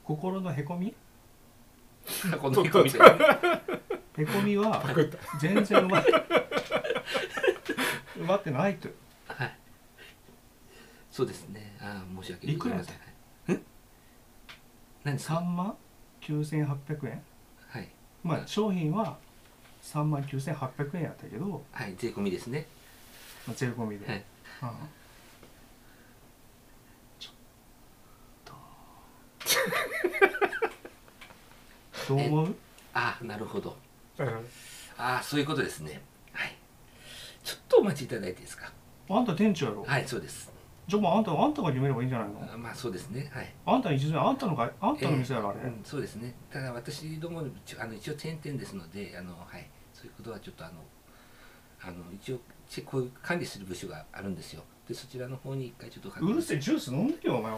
[SPEAKER 5] 心のへこみ
[SPEAKER 3] この込みでは
[SPEAKER 5] へこみ は
[SPEAKER 4] パクった
[SPEAKER 5] 全然埋まって埋まってないと
[SPEAKER 3] いそうですねあー申し訳ございません
[SPEAKER 5] い
[SPEAKER 3] はいん何です
[SPEAKER 5] 3
[SPEAKER 3] か
[SPEAKER 5] 万9800円
[SPEAKER 3] はい
[SPEAKER 5] まあ商品は3万9800円やったけど、ま
[SPEAKER 3] はい税込みですね
[SPEAKER 5] あ、税込みで、
[SPEAKER 3] はい
[SPEAKER 5] うん ちょっとどう思う
[SPEAKER 3] あーなるほど
[SPEAKER 4] うん
[SPEAKER 3] ああそういうことですねはいちょっとお待ちいただいていいですか
[SPEAKER 5] あんた店長やろ、
[SPEAKER 3] はいそうです
[SPEAKER 5] じゃあもうあんたあんたが決めればいいんじゃないの
[SPEAKER 3] あまあそうですねはい
[SPEAKER 5] あんたの一緒にあんたのがあんたの店やろあれ、
[SPEAKER 3] うん、そうですね。ただ私どもちょあの一応チェーン店ですので、あのはい、そういうことはちょっとあのあの一応ちこういう管理する部署があるんですよでそちらの方に一回ちょっと確
[SPEAKER 5] う
[SPEAKER 3] 認
[SPEAKER 5] るせえジュース飲んでよお前は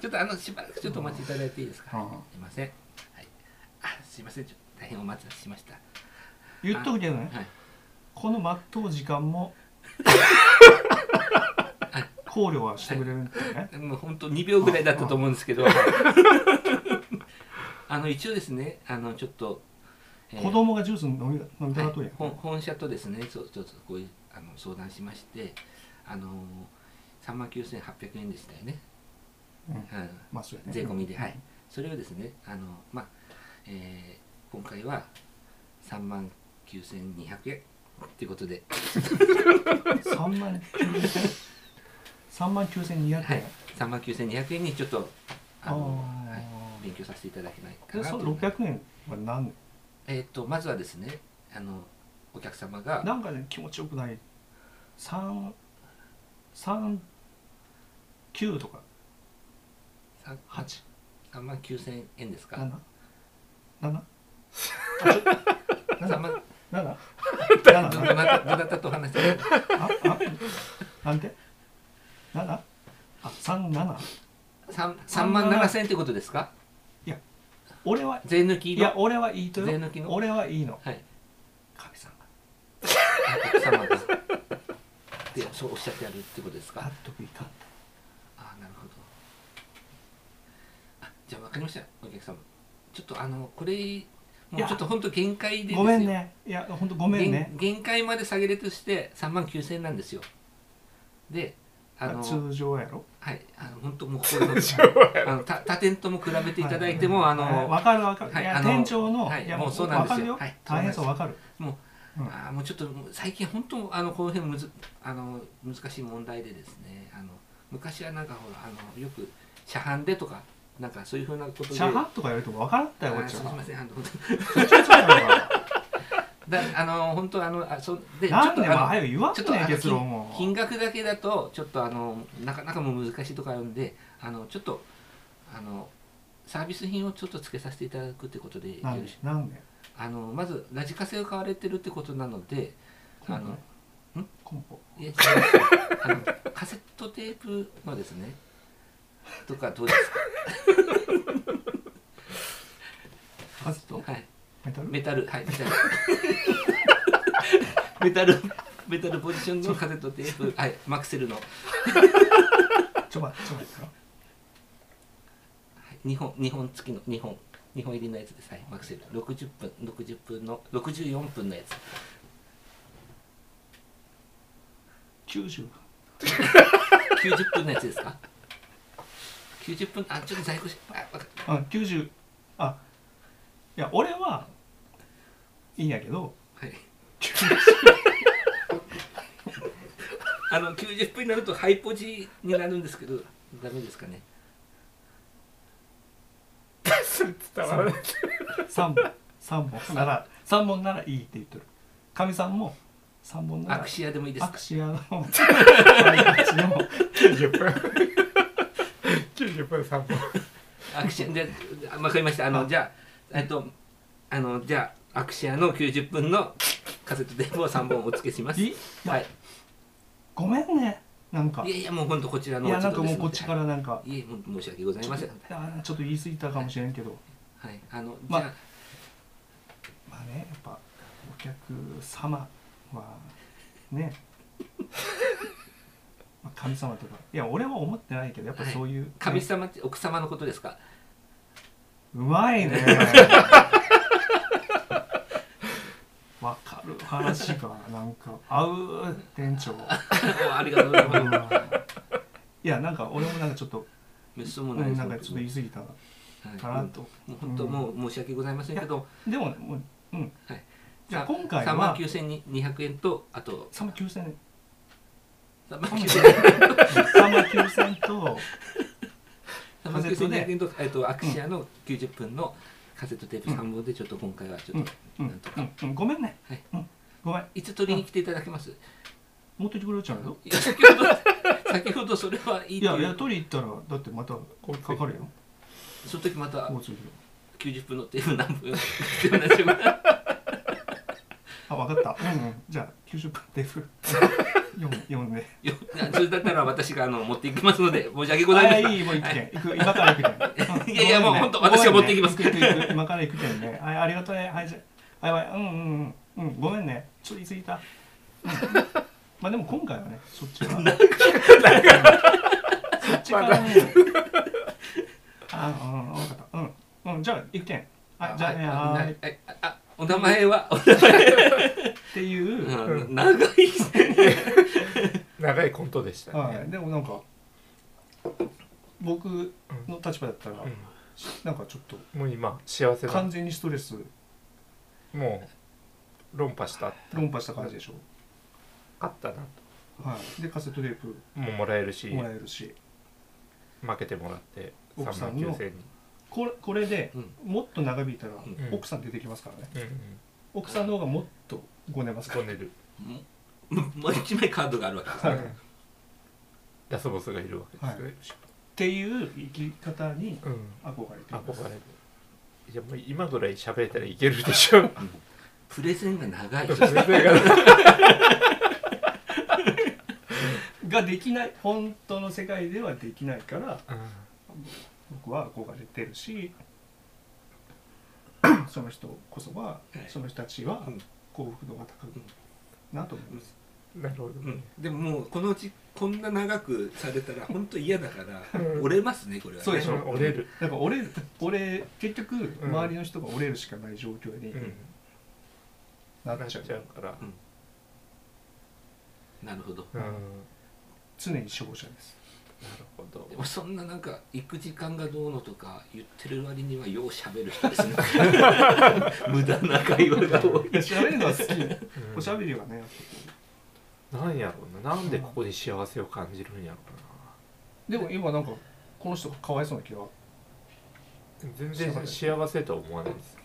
[SPEAKER 3] ちょっとあのしばらくちょっとお待ちいただいていいですか、
[SPEAKER 5] うん
[SPEAKER 3] すいません、はい、あすいませんちょっと大変お待たせしました
[SPEAKER 5] 言っとくけどね
[SPEAKER 3] はい
[SPEAKER 5] このまっとう時間も考慮はしてくれるんだよね
[SPEAKER 3] もう本当2秒ぐらいだったと思うんですけど あの一応ですねあのちょっと、えー
[SPEAKER 5] 子供がジュース飲み飲みたが
[SPEAKER 3] はい
[SPEAKER 5] っとるやん、
[SPEAKER 3] 本本社とですねそうちょっとこういうあの相談しましてあの3万9800円でしたよね、
[SPEAKER 5] うん
[SPEAKER 3] うん、
[SPEAKER 5] まあそうやね
[SPEAKER 3] 税込みで、
[SPEAKER 5] うん
[SPEAKER 3] はい、それをですねあの、まあえー今回は3万9200円ということで、
[SPEAKER 5] 3万9000 3万9200円、
[SPEAKER 3] はい、3万9200円にちょっとあ
[SPEAKER 5] あ
[SPEAKER 3] の、
[SPEAKER 5] あ、
[SPEAKER 3] はい、勉強させていただけないか
[SPEAKER 5] で
[SPEAKER 3] な
[SPEAKER 5] そ
[SPEAKER 3] と
[SPEAKER 5] の600円は何
[SPEAKER 3] えー、とまずはですねあのお客様が
[SPEAKER 5] なんかね気持ちよくない39とか
[SPEAKER 3] さ
[SPEAKER 5] 8
[SPEAKER 3] 3万9000円ですか
[SPEAKER 5] 7 7
[SPEAKER 3] 3万
[SPEAKER 5] 7
[SPEAKER 3] ど
[SPEAKER 5] 7
[SPEAKER 3] なたどなたとお話しされて
[SPEAKER 5] ああなんて ?7? あ三37
[SPEAKER 3] 3, 3万7000円ってことですか
[SPEAKER 5] 俺は
[SPEAKER 3] 税抜き
[SPEAKER 5] い
[SPEAKER 3] の
[SPEAKER 5] や俺はいいと
[SPEAKER 3] 税
[SPEAKER 5] よ
[SPEAKER 3] 抜きの
[SPEAKER 5] 俺はいいの
[SPEAKER 3] はい
[SPEAKER 5] 神さんが
[SPEAKER 3] お客様がでそうおっしゃってやるってことですか
[SPEAKER 5] 納得いかん
[SPEAKER 3] ああなるほどあじゃあ分かりましたお客様ちょっとあのこれもうちょっと本当限界でですよ
[SPEAKER 5] ごめんねいやほんとごめんね
[SPEAKER 3] 限限界まで下げれとして3万9000円なんですよであの
[SPEAKER 5] 通常やろ
[SPEAKER 3] はい、あの本当もうこれあのた他店とも比べていただいても、あの、
[SPEAKER 5] 分かる分かる、
[SPEAKER 3] はい
[SPEAKER 5] いや
[SPEAKER 3] あの
[SPEAKER 5] 店長の、
[SPEAKER 3] はい
[SPEAKER 5] いや
[SPEAKER 3] もうそうなんですよ
[SPEAKER 5] 分かる
[SPEAKER 3] はい
[SPEAKER 5] 大変そう分かるうん
[SPEAKER 3] あーもうちょっともう最近本当あのこの辺むずあの難しい問題でですね、あの昔はなんかほらあのよく車販でとかなんかそういうふうなことで、
[SPEAKER 5] シャハとかやると分からんった
[SPEAKER 3] あ
[SPEAKER 5] よこ
[SPEAKER 3] ー
[SPEAKER 5] っち
[SPEAKER 3] すみ
[SPEAKER 5] は
[SPEAKER 3] ません、あの本
[SPEAKER 5] な
[SPEAKER 3] 当だあの本当あのあそうで
[SPEAKER 5] んでも
[SPEAKER 3] あの
[SPEAKER 5] 早く言わん
[SPEAKER 3] ちょっとあ
[SPEAKER 5] ね
[SPEAKER 3] の
[SPEAKER 5] ん結論を
[SPEAKER 3] 金額だけだとちょっとあのなかなかもう難しいとかあるんであのちょっとあのサービス品をちょっと付けさせていただくってことでよ
[SPEAKER 5] なん
[SPEAKER 3] ろ
[SPEAKER 5] で
[SPEAKER 3] し
[SPEAKER 5] なんで
[SPEAKER 3] あのまずラジカセを買われてるってことなので
[SPEAKER 5] コ
[SPEAKER 3] あ
[SPEAKER 5] ン
[SPEAKER 3] の
[SPEAKER 5] ポ
[SPEAKER 3] ん
[SPEAKER 5] コンポ
[SPEAKER 3] いや違いますよあの カセットテープのですねとかどうですか
[SPEAKER 5] カセット
[SPEAKER 3] はい
[SPEAKER 5] メタル
[SPEAKER 3] メタルはいメタル メタルメタルポジションのカセットテープはいマクセルの、は
[SPEAKER 5] ちょ待ってちょ待ってよ
[SPEAKER 3] い、2本2本付きの2本2本入りのやつですはいマクセル60分60分の64分のやつ
[SPEAKER 5] 90
[SPEAKER 3] 90分のやつですか90分あちょっと在庫しあわか
[SPEAKER 5] あ90あいや俺はいいんやけど
[SPEAKER 3] はい。 あの90分になるとハイポジになるんですけど、ダメですかね。
[SPEAKER 4] それ伝わらない
[SPEAKER 5] 3本3本なら3本ならいいって言ってるかみさんも3本な
[SPEAKER 3] ア
[SPEAKER 5] ら
[SPEAKER 3] クシアでもいいです
[SPEAKER 5] ア
[SPEAKER 3] か
[SPEAKER 5] ク。シアの形の
[SPEAKER 4] 90分90分3本
[SPEAKER 3] アクシアで、あわかりました。あのじゃあ、えっと、あのじゃあアクシアの90分のカセットテープを3本お付けします。
[SPEAKER 5] い
[SPEAKER 3] はい。
[SPEAKER 5] ごめんねなんか
[SPEAKER 3] いやいやもう本当こちらの
[SPEAKER 5] いや
[SPEAKER 3] お
[SPEAKER 5] な
[SPEAKER 3] 都
[SPEAKER 5] んかもう
[SPEAKER 3] 合ですので
[SPEAKER 5] こっちからなんか
[SPEAKER 3] はいいえもう申し訳ございません。
[SPEAKER 5] いやちょっと言い過ぎたかもしれんけど
[SPEAKER 3] はい。あのじ
[SPEAKER 5] ま
[SPEAKER 3] ゃあ、
[SPEAKER 5] あまあねやっぱお客様はね まあ神様とかいや俺は思ってないけどやっぱそういう、
[SPEAKER 3] 神
[SPEAKER 5] ね
[SPEAKER 3] 様って奥様のことですか。
[SPEAKER 5] うまいね わかる話がなんか合う店長
[SPEAKER 3] おありがとうございます。
[SPEAKER 5] いやなんか俺もなんかちょっと、
[SPEAKER 3] めっそう
[SPEAKER 5] う
[SPEAKER 3] もないで
[SPEAKER 5] ん、
[SPEAKER 3] す。
[SPEAKER 5] なんかちょっと言い過ぎた
[SPEAKER 3] はい
[SPEAKER 5] かなと、
[SPEAKER 3] もう本当もう申し訳ございませんけど、
[SPEAKER 5] でもねもううん、
[SPEAKER 3] はい
[SPEAKER 5] じゃあ
[SPEAKER 3] さ
[SPEAKER 5] 今回
[SPEAKER 3] 3万
[SPEAKER 5] は
[SPEAKER 3] 9200円とあと
[SPEAKER 5] 3万9000円
[SPEAKER 3] 3万9200
[SPEAKER 5] 3万9000円とカセットで
[SPEAKER 3] 円と,、えっとアクシアの90分のカセットテープ3本でちょっと今回はちょっと、
[SPEAKER 5] うん
[SPEAKER 3] なんとか
[SPEAKER 5] うんうんごめんね、
[SPEAKER 3] はい
[SPEAKER 5] うん、ごめん
[SPEAKER 3] いつ取りに来ていただけます、
[SPEAKER 5] 持ってきてくれちゃうよ
[SPEAKER 3] いや先ほど 先ほどそれはいい
[SPEAKER 5] い
[SPEAKER 3] と
[SPEAKER 5] やい
[SPEAKER 3] い
[SPEAKER 5] や
[SPEAKER 3] う
[SPEAKER 5] 取り行ったらだってまたかかるよ
[SPEAKER 3] その時また
[SPEAKER 5] 交通費
[SPEAKER 3] 90分のテープ何分必要なんでしょうか
[SPEAKER 5] あわうんうんじゃあ90分 デフ読ん読んで
[SPEAKER 3] よそれだったら私があの持っていきますので申し訳ございません
[SPEAKER 5] あいいもう行くけん行く今から行く けん
[SPEAKER 3] いやいやもう本当私が持っていきます
[SPEAKER 5] ごめんね行く行く行く今から行くけんねあありがとうねはいじゃあはいはいうんうんうんうんごめんねちょっと言い過ぎたうんまあでも今回はねそっち はそっちからねあうん分かったうんうんじゃあ行くけんはいじゃあねはーいっ
[SPEAKER 3] はいああお名前は、
[SPEAKER 5] ていう
[SPEAKER 3] うん長い
[SPEAKER 4] 長いコントでしたね、
[SPEAKER 5] はい、でもなんか僕の立場だったら、なんかちょっと
[SPEAKER 4] うんもう今幸せだ
[SPEAKER 5] 完全にストレス
[SPEAKER 4] もう論破した
[SPEAKER 5] 論破した感じでしょ、
[SPEAKER 4] 勝ったな
[SPEAKER 5] はい、でカセットテープ
[SPEAKER 4] ともうもらえるし
[SPEAKER 5] もらえるし
[SPEAKER 4] 負けてもらって3
[SPEAKER 5] 奥さ
[SPEAKER 4] 万
[SPEAKER 5] んの
[SPEAKER 4] 9000円に
[SPEAKER 5] これこれで
[SPEAKER 3] うん
[SPEAKER 5] もっと長引いたら、
[SPEAKER 3] ん
[SPEAKER 5] 奥さん出てきますからね
[SPEAKER 4] うんうん
[SPEAKER 5] 奥さんの方がもっとごねますか
[SPEAKER 4] こ
[SPEAKER 5] ら、
[SPEAKER 4] ねる
[SPEAKER 3] ももう一枚カードがあるわけですね
[SPEAKER 5] はい、っ
[SPEAKER 4] ラスボスがいるわけですよね、
[SPEAKER 5] ていう生き方に
[SPEAKER 4] うん
[SPEAKER 5] 憧れています
[SPEAKER 4] 憧れるいやもう今ぐらい喋れたらいけるでしょ
[SPEAKER 3] プレゼンが長い
[SPEAKER 4] それが
[SPEAKER 5] ができない本当の世界ではできないから
[SPEAKER 4] うん
[SPEAKER 5] 僕は憧れてるし その人こそは、
[SPEAKER 3] はい
[SPEAKER 5] その人たちは
[SPEAKER 3] うん
[SPEAKER 5] 幸福度が高いなと思います、
[SPEAKER 4] なるほど
[SPEAKER 3] う
[SPEAKER 4] ね
[SPEAKER 3] ん、でももうこのうちこんな長くされたら本当嫌だから
[SPEAKER 4] うん
[SPEAKER 3] 折れますねこれはね
[SPEAKER 5] そうでしょ
[SPEAKER 4] うん折れる
[SPEAKER 5] だから俺俺結局
[SPEAKER 4] ん
[SPEAKER 5] 周りの人が折れるしかない状況に
[SPEAKER 4] うん
[SPEAKER 5] な
[SPEAKER 4] な
[SPEAKER 5] っ
[SPEAKER 4] っち
[SPEAKER 5] ち
[SPEAKER 4] ゃ
[SPEAKER 5] ゃ
[SPEAKER 4] うか
[SPEAKER 5] う、
[SPEAKER 4] ら
[SPEAKER 3] なるほど
[SPEAKER 4] うんなる
[SPEAKER 5] 常に勝者です
[SPEAKER 4] ほど
[SPEAKER 3] でもそんななんか行く時間がどうのとか言ってる割にはよう喋る人ですね無駄な会話が多い
[SPEAKER 5] いや喋るのは好き、
[SPEAKER 4] うん
[SPEAKER 5] おしゃべりはね
[SPEAKER 4] なんやろうななんでここで幸せを感じるんやろ
[SPEAKER 5] でも今なんかこの人がかわいそうな気が
[SPEAKER 4] うな全然幸せとは思わないです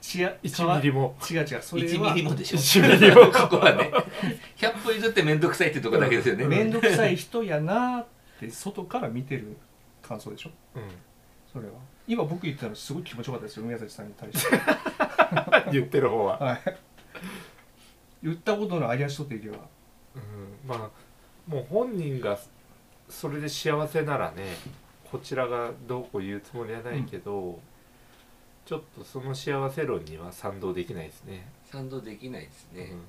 [SPEAKER 5] ちや
[SPEAKER 4] 1ミリも
[SPEAKER 5] 違う違うそれ
[SPEAKER 3] 1
[SPEAKER 5] は
[SPEAKER 3] ミリもでしょ
[SPEAKER 4] 1ミリも
[SPEAKER 3] ここはね100歩譲って面倒くさいってとこだけですよね、
[SPEAKER 5] 面倒くさい人やなーって外から見てる感想でしょ
[SPEAKER 4] うん
[SPEAKER 5] それは今僕言ったのすごい気持ちよかったですよ宮崎さんに対して
[SPEAKER 4] 言ってる方は
[SPEAKER 5] はい言ったことのありやしとっていけば
[SPEAKER 4] うんまあもう本人がそれで幸せならねこちらがどうこう言うつもりはないけど、ちょっとその幸せ論には賛同できないですね。
[SPEAKER 3] 賛同できないですね、
[SPEAKER 4] うん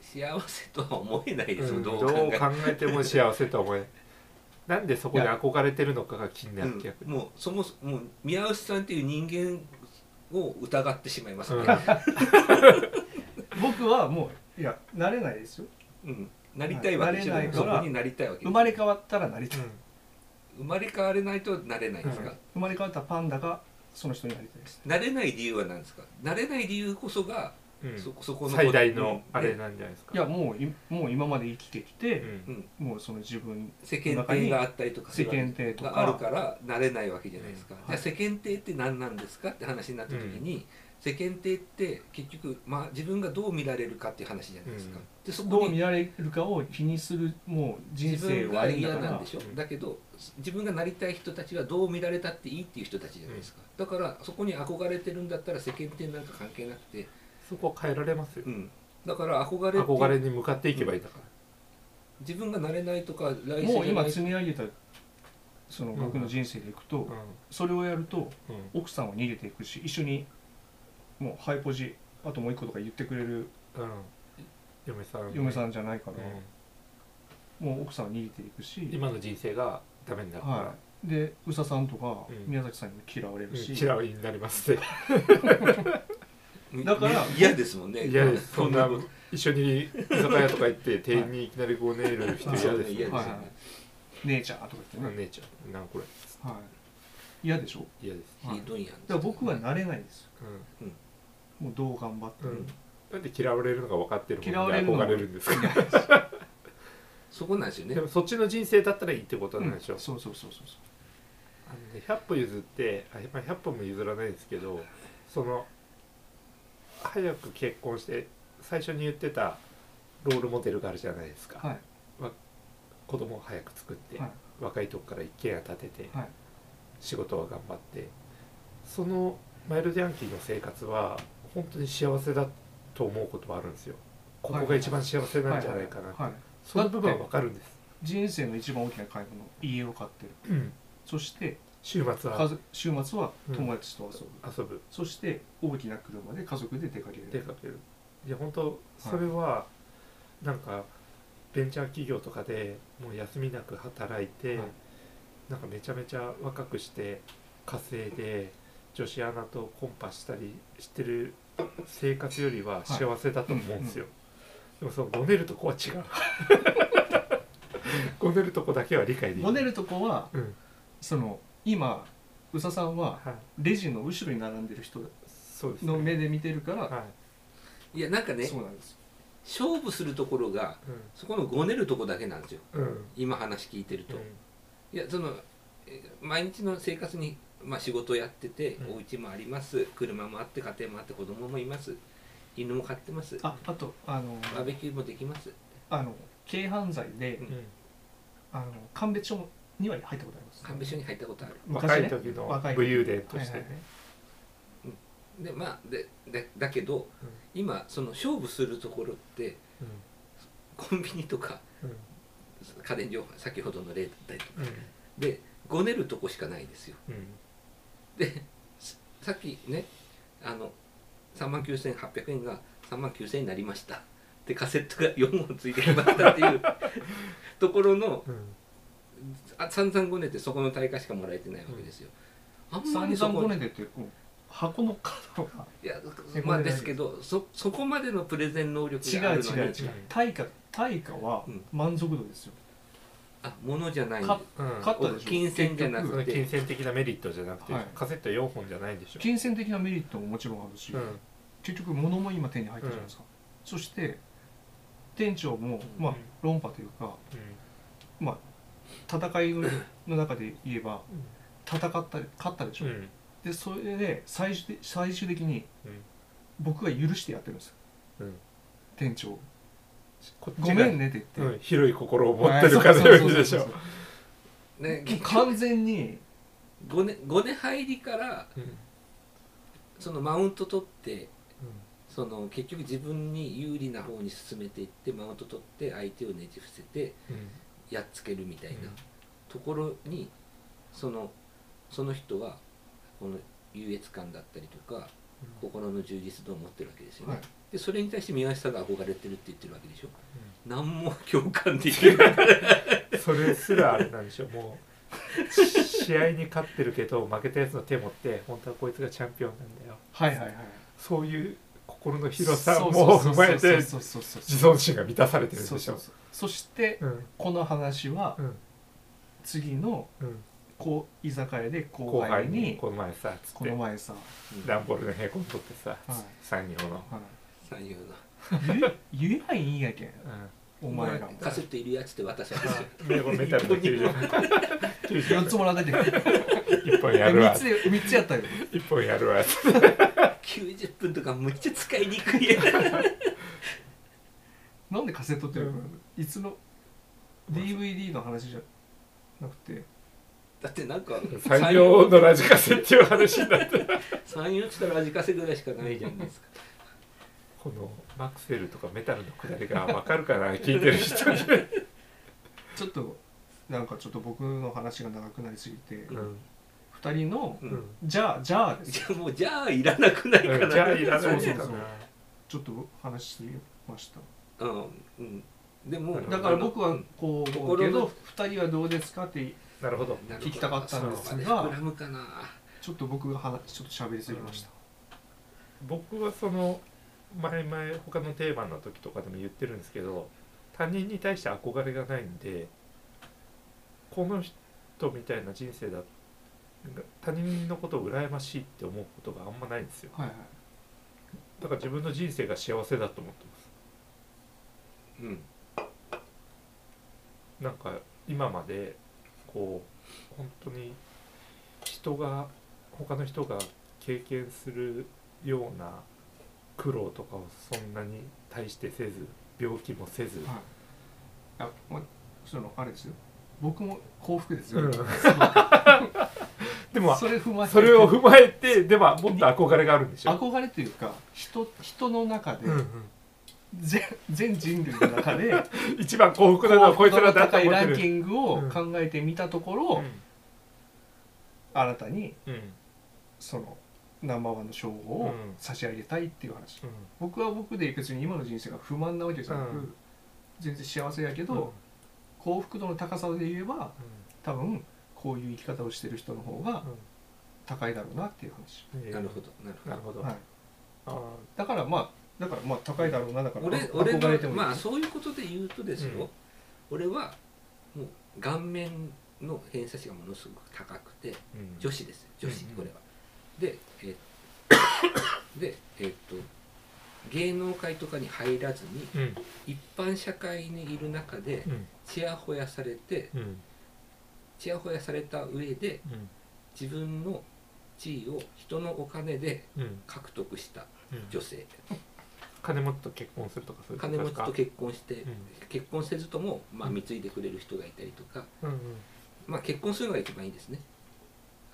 [SPEAKER 3] 幸せとは思えないですも、
[SPEAKER 4] うんん
[SPEAKER 3] ど
[SPEAKER 4] ど
[SPEAKER 3] う
[SPEAKER 4] う
[SPEAKER 3] 考えても
[SPEAKER 4] 考えても幸せとは思えない。なんでそこに憧れてるのかが気になる逆
[SPEAKER 3] うん
[SPEAKER 4] に。
[SPEAKER 3] もうそもそももう宮内さんっていう人間を疑ってしまいます
[SPEAKER 4] うん
[SPEAKER 3] ね、
[SPEAKER 5] 僕はもういやなれないですよ
[SPEAKER 3] うんなりたいわけじゃな
[SPEAKER 5] はい
[SPEAKER 3] い、
[SPEAKER 5] なれな
[SPEAKER 3] そ
[SPEAKER 5] いから
[SPEAKER 3] こになりたいわけ
[SPEAKER 5] 生まれ変わったらなりたい、
[SPEAKER 3] 生まれ変われないとなれないんですか、
[SPEAKER 5] 生まれ変わったパンダがその人になりたいです
[SPEAKER 3] なれない理由は何ですかなれない理由こそが、
[SPEAKER 4] うん
[SPEAKER 3] そそこの
[SPEAKER 4] 最大の
[SPEAKER 3] うん
[SPEAKER 4] あれなんじゃないですか。
[SPEAKER 5] いやもういもう今まで生きてき
[SPEAKER 4] う
[SPEAKER 5] て、
[SPEAKER 4] ん
[SPEAKER 5] もうその自分
[SPEAKER 3] 世間体があったりとか
[SPEAKER 5] 世間体と
[SPEAKER 3] がある
[SPEAKER 5] か
[SPEAKER 3] からなれないわけじゃないですか、
[SPEAKER 5] ん
[SPEAKER 3] じゃあ世間体って何なんですかって話になった時に、世間体って結局、まあ、自分がどう見られるかっていう話じゃないですか、
[SPEAKER 4] うん
[SPEAKER 3] でそ
[SPEAKER 5] ど
[SPEAKER 3] こ
[SPEAKER 5] う見
[SPEAKER 3] に
[SPEAKER 5] られるかを気にするもう人
[SPEAKER 3] 自
[SPEAKER 5] 生
[SPEAKER 3] 分
[SPEAKER 5] はあ
[SPEAKER 3] が
[SPEAKER 5] り
[SPEAKER 3] 嫌
[SPEAKER 5] だか
[SPEAKER 3] なん
[SPEAKER 5] ら
[SPEAKER 3] でしょ
[SPEAKER 4] うん
[SPEAKER 3] だけど自分がなりたい人たちはどう見られたっていいっていう人たちじゃないですか、だからそこに憧れてるんだったら世間体なんか関係なくて、
[SPEAKER 4] そこ変えられますよ
[SPEAKER 3] う。ん、だから憧れて
[SPEAKER 4] 憧れに向かっていけばいいんだか
[SPEAKER 3] 自分がなれないとか
[SPEAKER 5] も
[SPEAKER 3] 来世
[SPEAKER 5] う
[SPEAKER 3] じゃな
[SPEAKER 5] 今
[SPEAKER 3] い
[SPEAKER 5] 積み上げたその僕の人生でいくと、
[SPEAKER 4] ら。
[SPEAKER 5] それをやると
[SPEAKER 4] うんうん
[SPEAKER 5] 奥さんは逃げていくし一緒にもうハイポジあともう一個とか言ってくれる
[SPEAKER 4] うん嫁さん。
[SPEAKER 5] 嫁さ
[SPEAKER 4] うん
[SPEAKER 5] じゃないから、
[SPEAKER 4] ん。
[SPEAKER 5] もう奥さんは逃げていくし
[SPEAKER 4] 今の人生がダメになるから、
[SPEAKER 5] はい、で宇佐さんとか
[SPEAKER 4] うん
[SPEAKER 5] 宮崎さんにも嫌われ
[SPEAKER 4] う
[SPEAKER 5] る
[SPEAKER 4] ん
[SPEAKER 5] し、
[SPEAKER 4] 嫌いになります ね
[SPEAKER 5] だから
[SPEAKER 3] 嫌ですもんね
[SPEAKER 4] 嫌ですそんな
[SPEAKER 3] そう
[SPEAKER 4] 一緒に居酒屋とか行って店員にいきなりこうネイル人
[SPEAKER 5] は
[SPEAKER 4] 嫌です
[SPEAKER 5] い
[SPEAKER 3] 嫌
[SPEAKER 4] よ
[SPEAKER 3] です
[SPEAKER 4] ね
[SPEAKER 3] よね
[SPEAKER 5] はい姉ちゃんとか言ってね、
[SPEAKER 4] 姉ちゃんなんこれ
[SPEAKER 5] はい、嫌でしょ
[SPEAKER 4] 嫌です、
[SPEAKER 5] はい
[SPEAKER 3] ひどいやん
[SPEAKER 5] だから僕はなれないんですよ
[SPEAKER 4] う
[SPEAKER 5] もうどう頑張って
[SPEAKER 4] ん
[SPEAKER 5] も、
[SPEAKER 4] うん、なんで嫌われるのが分かってる
[SPEAKER 5] 嫌
[SPEAKER 4] も
[SPEAKER 5] わ
[SPEAKER 4] ん
[SPEAKER 5] れ
[SPEAKER 4] で
[SPEAKER 5] るのも
[SPEAKER 4] 憧れるんですか
[SPEAKER 3] そこなんですよ ね
[SPEAKER 4] でもそっちの人生だったらいいってこと
[SPEAKER 5] う
[SPEAKER 4] なん
[SPEAKER 5] ん
[SPEAKER 4] でしょう、
[SPEAKER 5] そうそうそうそうそ
[SPEAKER 4] あのね100歩譲ってあ、まあ、100歩も譲らないですけどその早く結婚して最初に言ってたロールモデルがあるじゃないですか、
[SPEAKER 5] うはい
[SPEAKER 4] 子供を早く作って、
[SPEAKER 5] はい
[SPEAKER 4] 若いとこから一軒家建てて、
[SPEAKER 5] はい
[SPEAKER 4] 仕事は頑張ってそのマイルドヤンキーの生活は本当に幸せだと思うことはあるんですよここが一番幸せなんじゃないかな、
[SPEAKER 5] はいはい、
[SPEAKER 4] その部分はわかるんです、
[SPEAKER 5] 人生の一番大きな買い物家を買ってる
[SPEAKER 4] うん、
[SPEAKER 5] そして
[SPEAKER 4] 週末
[SPEAKER 5] 家
[SPEAKER 4] は
[SPEAKER 5] 族週末は友達と遊ぶ、
[SPEAKER 4] 遊ぶ
[SPEAKER 5] そして大きな車で家族で出かけ
[SPEAKER 4] 出
[SPEAKER 5] る
[SPEAKER 4] かけるいや本当それはなんかベンチャー企業とかでもう休みなく働いて、
[SPEAKER 5] はい
[SPEAKER 4] なんかめちゃめちゃ若くして稼いで女子アナとコンパしたりしてる生活よりは幸せだと思うんですよ、でもそのごねるとこは 違うごねるとこだけは理解でき
[SPEAKER 5] モ
[SPEAKER 4] る
[SPEAKER 5] デルとこは
[SPEAKER 4] うん
[SPEAKER 5] その今宇佐さんは
[SPEAKER 4] はい、
[SPEAKER 5] レジの後ろに並んでる人
[SPEAKER 4] そうですね
[SPEAKER 5] の目で見てるから、
[SPEAKER 4] はい
[SPEAKER 3] やなんかね
[SPEAKER 5] そうなんですよ
[SPEAKER 3] 勝負するところが
[SPEAKER 4] い
[SPEAKER 3] そこのごねるとこだけなんですよ
[SPEAKER 4] うんうん
[SPEAKER 3] 今話聞いてると、
[SPEAKER 4] うん
[SPEAKER 3] いやそのえー毎日の生活に、まあ、仕事やってて、
[SPEAKER 4] うん
[SPEAKER 3] お家もあります車もあって家庭もあって子供もいます犬も飼ってますバ
[SPEAKER 5] ああとあの
[SPEAKER 3] ーベキューもできます
[SPEAKER 5] あの軽犯罪で、
[SPEAKER 3] うん
[SPEAKER 4] うん
[SPEAKER 5] あの神戸町には入ったことあります
[SPEAKER 3] 神戸署に入ったことある
[SPEAKER 4] 若い時の武勇伝として
[SPEAKER 5] はいはいはい
[SPEAKER 3] でまあででだけど、
[SPEAKER 4] うん
[SPEAKER 3] 今その勝負するところってコンビニとか
[SPEAKER 4] うん
[SPEAKER 3] 家電量販先ほどの例だったりとか
[SPEAKER 4] うん
[SPEAKER 3] でごねるとこしかないですよ
[SPEAKER 4] うん
[SPEAKER 3] でささっきねあの3万9800円が3万9000円になりましたでカセットが4本ついてきましたっていう ところの
[SPEAKER 4] うん
[SPEAKER 3] あ散々ごねてそこの対価しかもらえてないわけですよ、あんまりそ
[SPEAKER 5] 散々ご
[SPEAKER 3] こ
[SPEAKER 5] ねてってうん箱の角が
[SPEAKER 3] いや
[SPEAKER 5] え
[SPEAKER 3] ま
[SPEAKER 5] ごね
[SPEAKER 3] あ
[SPEAKER 5] ない
[SPEAKER 3] ですけどそそこまでのプレゼン能力があるのに
[SPEAKER 5] 違う違う違う対価対価は
[SPEAKER 3] うん
[SPEAKER 5] 満足度ですよ、
[SPEAKER 3] あ物じゃないんで
[SPEAKER 5] 買っ
[SPEAKER 4] うん
[SPEAKER 5] 買ったでしょ
[SPEAKER 3] 金銭じゃな
[SPEAKER 4] そ
[SPEAKER 3] く
[SPEAKER 4] の
[SPEAKER 3] て
[SPEAKER 4] 金銭的なメリットじゃなくて、
[SPEAKER 5] はい
[SPEAKER 4] カセット4本じゃないんでしょ、
[SPEAKER 5] 金銭的なメリットももちろんあるし、
[SPEAKER 4] うん
[SPEAKER 5] 結局物も今手に入ったじゃないですか、そして店長も、
[SPEAKER 3] うん
[SPEAKER 5] まあ論破というか戦いの中で言えば戦った勝ったでしょ、
[SPEAKER 4] うんうん
[SPEAKER 5] でそれで最終的最終的に僕が許してやってるんですよ
[SPEAKER 4] うん
[SPEAKER 5] 店長
[SPEAKER 4] こっ
[SPEAKER 5] ご
[SPEAKER 4] ち
[SPEAKER 5] め
[SPEAKER 4] が、
[SPEAKER 5] んねって言
[SPEAKER 4] う
[SPEAKER 5] って、
[SPEAKER 4] ん、広い心を持ってるから
[SPEAKER 5] はいそうそうそうそう
[SPEAKER 4] でしょ、
[SPEAKER 3] ね
[SPEAKER 5] もう完全に
[SPEAKER 3] ごねごね入りから
[SPEAKER 4] うん
[SPEAKER 3] そのマウント取ってその結局自分に有利な方に進めていってマウント取って相手をねじ伏せて
[SPEAKER 4] うん
[SPEAKER 3] やっつけるみたいな
[SPEAKER 4] うん
[SPEAKER 3] ところにそのその人はこの優越感だったりとか心の充実度を持ってるわけですよね、
[SPEAKER 5] はい
[SPEAKER 3] でそれに対して宮下が憧れてるって言ってるわけでしょ
[SPEAKER 4] う
[SPEAKER 3] 何も共感できない
[SPEAKER 4] んそれすらあれなんでしょうもう試合に勝ってるけど負けたやつの手持って本当はこいつがチャンピオンなんだよ
[SPEAKER 5] はいはいはい
[SPEAKER 4] そういう心の広さも踏まえて
[SPEAKER 5] そうそうそう
[SPEAKER 4] 自
[SPEAKER 5] そう
[SPEAKER 4] 尊心が満たされてるん
[SPEAKER 5] そ
[SPEAKER 4] で
[SPEAKER 5] う
[SPEAKER 4] し
[SPEAKER 5] そ
[SPEAKER 4] ょ
[SPEAKER 5] うそうそして
[SPEAKER 4] うん
[SPEAKER 5] この話は
[SPEAKER 4] うん
[SPEAKER 5] 次の
[SPEAKER 4] うん
[SPEAKER 5] こう居酒屋で後
[SPEAKER 4] 後
[SPEAKER 5] 輩
[SPEAKER 4] 輩
[SPEAKER 5] に
[SPEAKER 4] にこの前さつっ
[SPEAKER 5] こ
[SPEAKER 4] て
[SPEAKER 5] の前さ、
[SPEAKER 4] 段ボールのへこん取ってさ、
[SPEAKER 5] はい
[SPEAKER 4] 産業の、
[SPEAKER 5] は
[SPEAKER 3] 三遊の
[SPEAKER 5] い、言え言えばいいんやけんお前らも
[SPEAKER 3] カセットいるやつって私は
[SPEAKER 4] メゴメタルの90 90
[SPEAKER 5] 4つもらってて
[SPEAKER 4] 一本 やる
[SPEAKER 5] 3
[SPEAKER 4] わ
[SPEAKER 5] つで3つやったよ
[SPEAKER 4] 一本やるわ
[SPEAKER 3] 90分とかむっちゃ使いにくいや
[SPEAKER 5] なんでカセットっていうの、
[SPEAKER 4] うん
[SPEAKER 5] いつの DVD の話じゃなくて
[SPEAKER 3] だってなんか
[SPEAKER 4] 産業のラジカセっていう話にな って
[SPEAKER 3] 三遊って言ったら味かせぐらいしかないじゃないですか
[SPEAKER 4] このマクセルとかメタルのくだりが分かるかな聞いてる人に、
[SPEAKER 5] ちょっとなんかちょっと僕の話が長くなりすぎて、
[SPEAKER 3] うん
[SPEAKER 5] 2人の
[SPEAKER 3] うん
[SPEAKER 5] じゃあじゃあです
[SPEAKER 3] じゃあもうじゃあいらなくないかな
[SPEAKER 4] じゃあいらない
[SPEAKER 5] そう
[SPEAKER 4] か
[SPEAKER 5] そう
[SPEAKER 4] な
[SPEAKER 5] そうちょっと話してみました
[SPEAKER 3] うんうんでも
[SPEAKER 5] だから僕はこう思うけ
[SPEAKER 3] 心の
[SPEAKER 5] ど2人はどうですかって
[SPEAKER 4] なるほど
[SPEAKER 3] なるほど
[SPEAKER 5] 聞きたかったんですが
[SPEAKER 3] そうかね膨らむかな
[SPEAKER 5] ちょっと僕が話ちょっと喋りすぎました、
[SPEAKER 4] 僕はその前々他のテーマの時とかでも言ってるんですけど他人に対して憧れがないんでこの人みたいな人生だ他人のことを羨ましいって思うことがあんまないんですよ
[SPEAKER 5] はいはい
[SPEAKER 4] だから自分の人生が幸せだと思ってます
[SPEAKER 3] うん
[SPEAKER 4] なんか今までこう本当に人が他の人が経験するような苦労とかをそんなに対してせず病気もせず、
[SPEAKER 5] はいあ まそのあれですよ僕も幸福です
[SPEAKER 4] う
[SPEAKER 5] よ、
[SPEAKER 4] ん
[SPEAKER 5] その
[SPEAKER 4] でも
[SPEAKER 5] それ踏まえて
[SPEAKER 4] それを踏まえてでももっと憧れがあるんでしょ、
[SPEAKER 5] 憧れというか人人の中で、
[SPEAKER 4] うんうん、
[SPEAKER 5] 全全人類の 中で
[SPEAKER 4] 一番幸福なのはこいつらだと
[SPEAKER 5] 高い
[SPEAKER 4] 思っ
[SPEAKER 5] ラ
[SPEAKER 4] て
[SPEAKER 5] ンキ
[SPEAKER 4] る
[SPEAKER 5] ングを考えてみたところ、新たに
[SPEAKER 4] うんうん
[SPEAKER 5] そのナンバーワンの称
[SPEAKER 4] う
[SPEAKER 5] 号を
[SPEAKER 4] ん
[SPEAKER 5] 差し上げたいっていう話、
[SPEAKER 4] うん
[SPEAKER 5] 僕は僕で別に今の人生が不満なわけじゃなく、
[SPEAKER 4] うん
[SPEAKER 5] 全然幸せやけど、
[SPEAKER 4] うん
[SPEAKER 5] 幸福度の高さで言えば多分こういう生き方をしてる人の方が高いだろうなっていう話、
[SPEAKER 4] うん
[SPEAKER 3] なるほどなるほ
[SPEAKER 4] な
[SPEAKER 3] ど
[SPEAKER 4] るほど、
[SPEAKER 5] はい、
[SPEAKER 4] あー
[SPEAKER 5] だからまあだからまあ高いだろうなだから
[SPEAKER 3] 俺俺
[SPEAKER 5] 憧れて
[SPEAKER 3] の
[SPEAKER 5] もいい
[SPEAKER 3] まあそういうことで言うとですよ、
[SPEAKER 4] うん
[SPEAKER 3] 俺はもう顔面の偏差値がものすごく高くて
[SPEAKER 4] うん
[SPEAKER 3] 女子ですよ女子
[SPEAKER 4] うんうん
[SPEAKER 3] これは、でえ ーでえーっと芸能界とかに入らずに
[SPEAKER 4] うん
[SPEAKER 3] 一般社会にいる中で
[SPEAKER 4] うん
[SPEAKER 3] ちやほやされて
[SPEAKER 4] うん
[SPEAKER 3] ちやほやされた上で
[SPEAKER 4] うん
[SPEAKER 3] 自分の地位を人のお金で
[SPEAKER 4] うん
[SPEAKER 3] 獲得した
[SPEAKER 4] うん
[SPEAKER 3] 女性
[SPEAKER 4] 金持ちと結婚するとかそういうことで
[SPEAKER 3] 金持
[SPEAKER 4] す
[SPEAKER 3] ち
[SPEAKER 4] か
[SPEAKER 3] と結婚して、
[SPEAKER 4] うん
[SPEAKER 3] 結婚せずとも、まあ、貢いでくれる人がいたりとか、
[SPEAKER 4] うんうん
[SPEAKER 3] まあ、結婚するのが一番いいですね。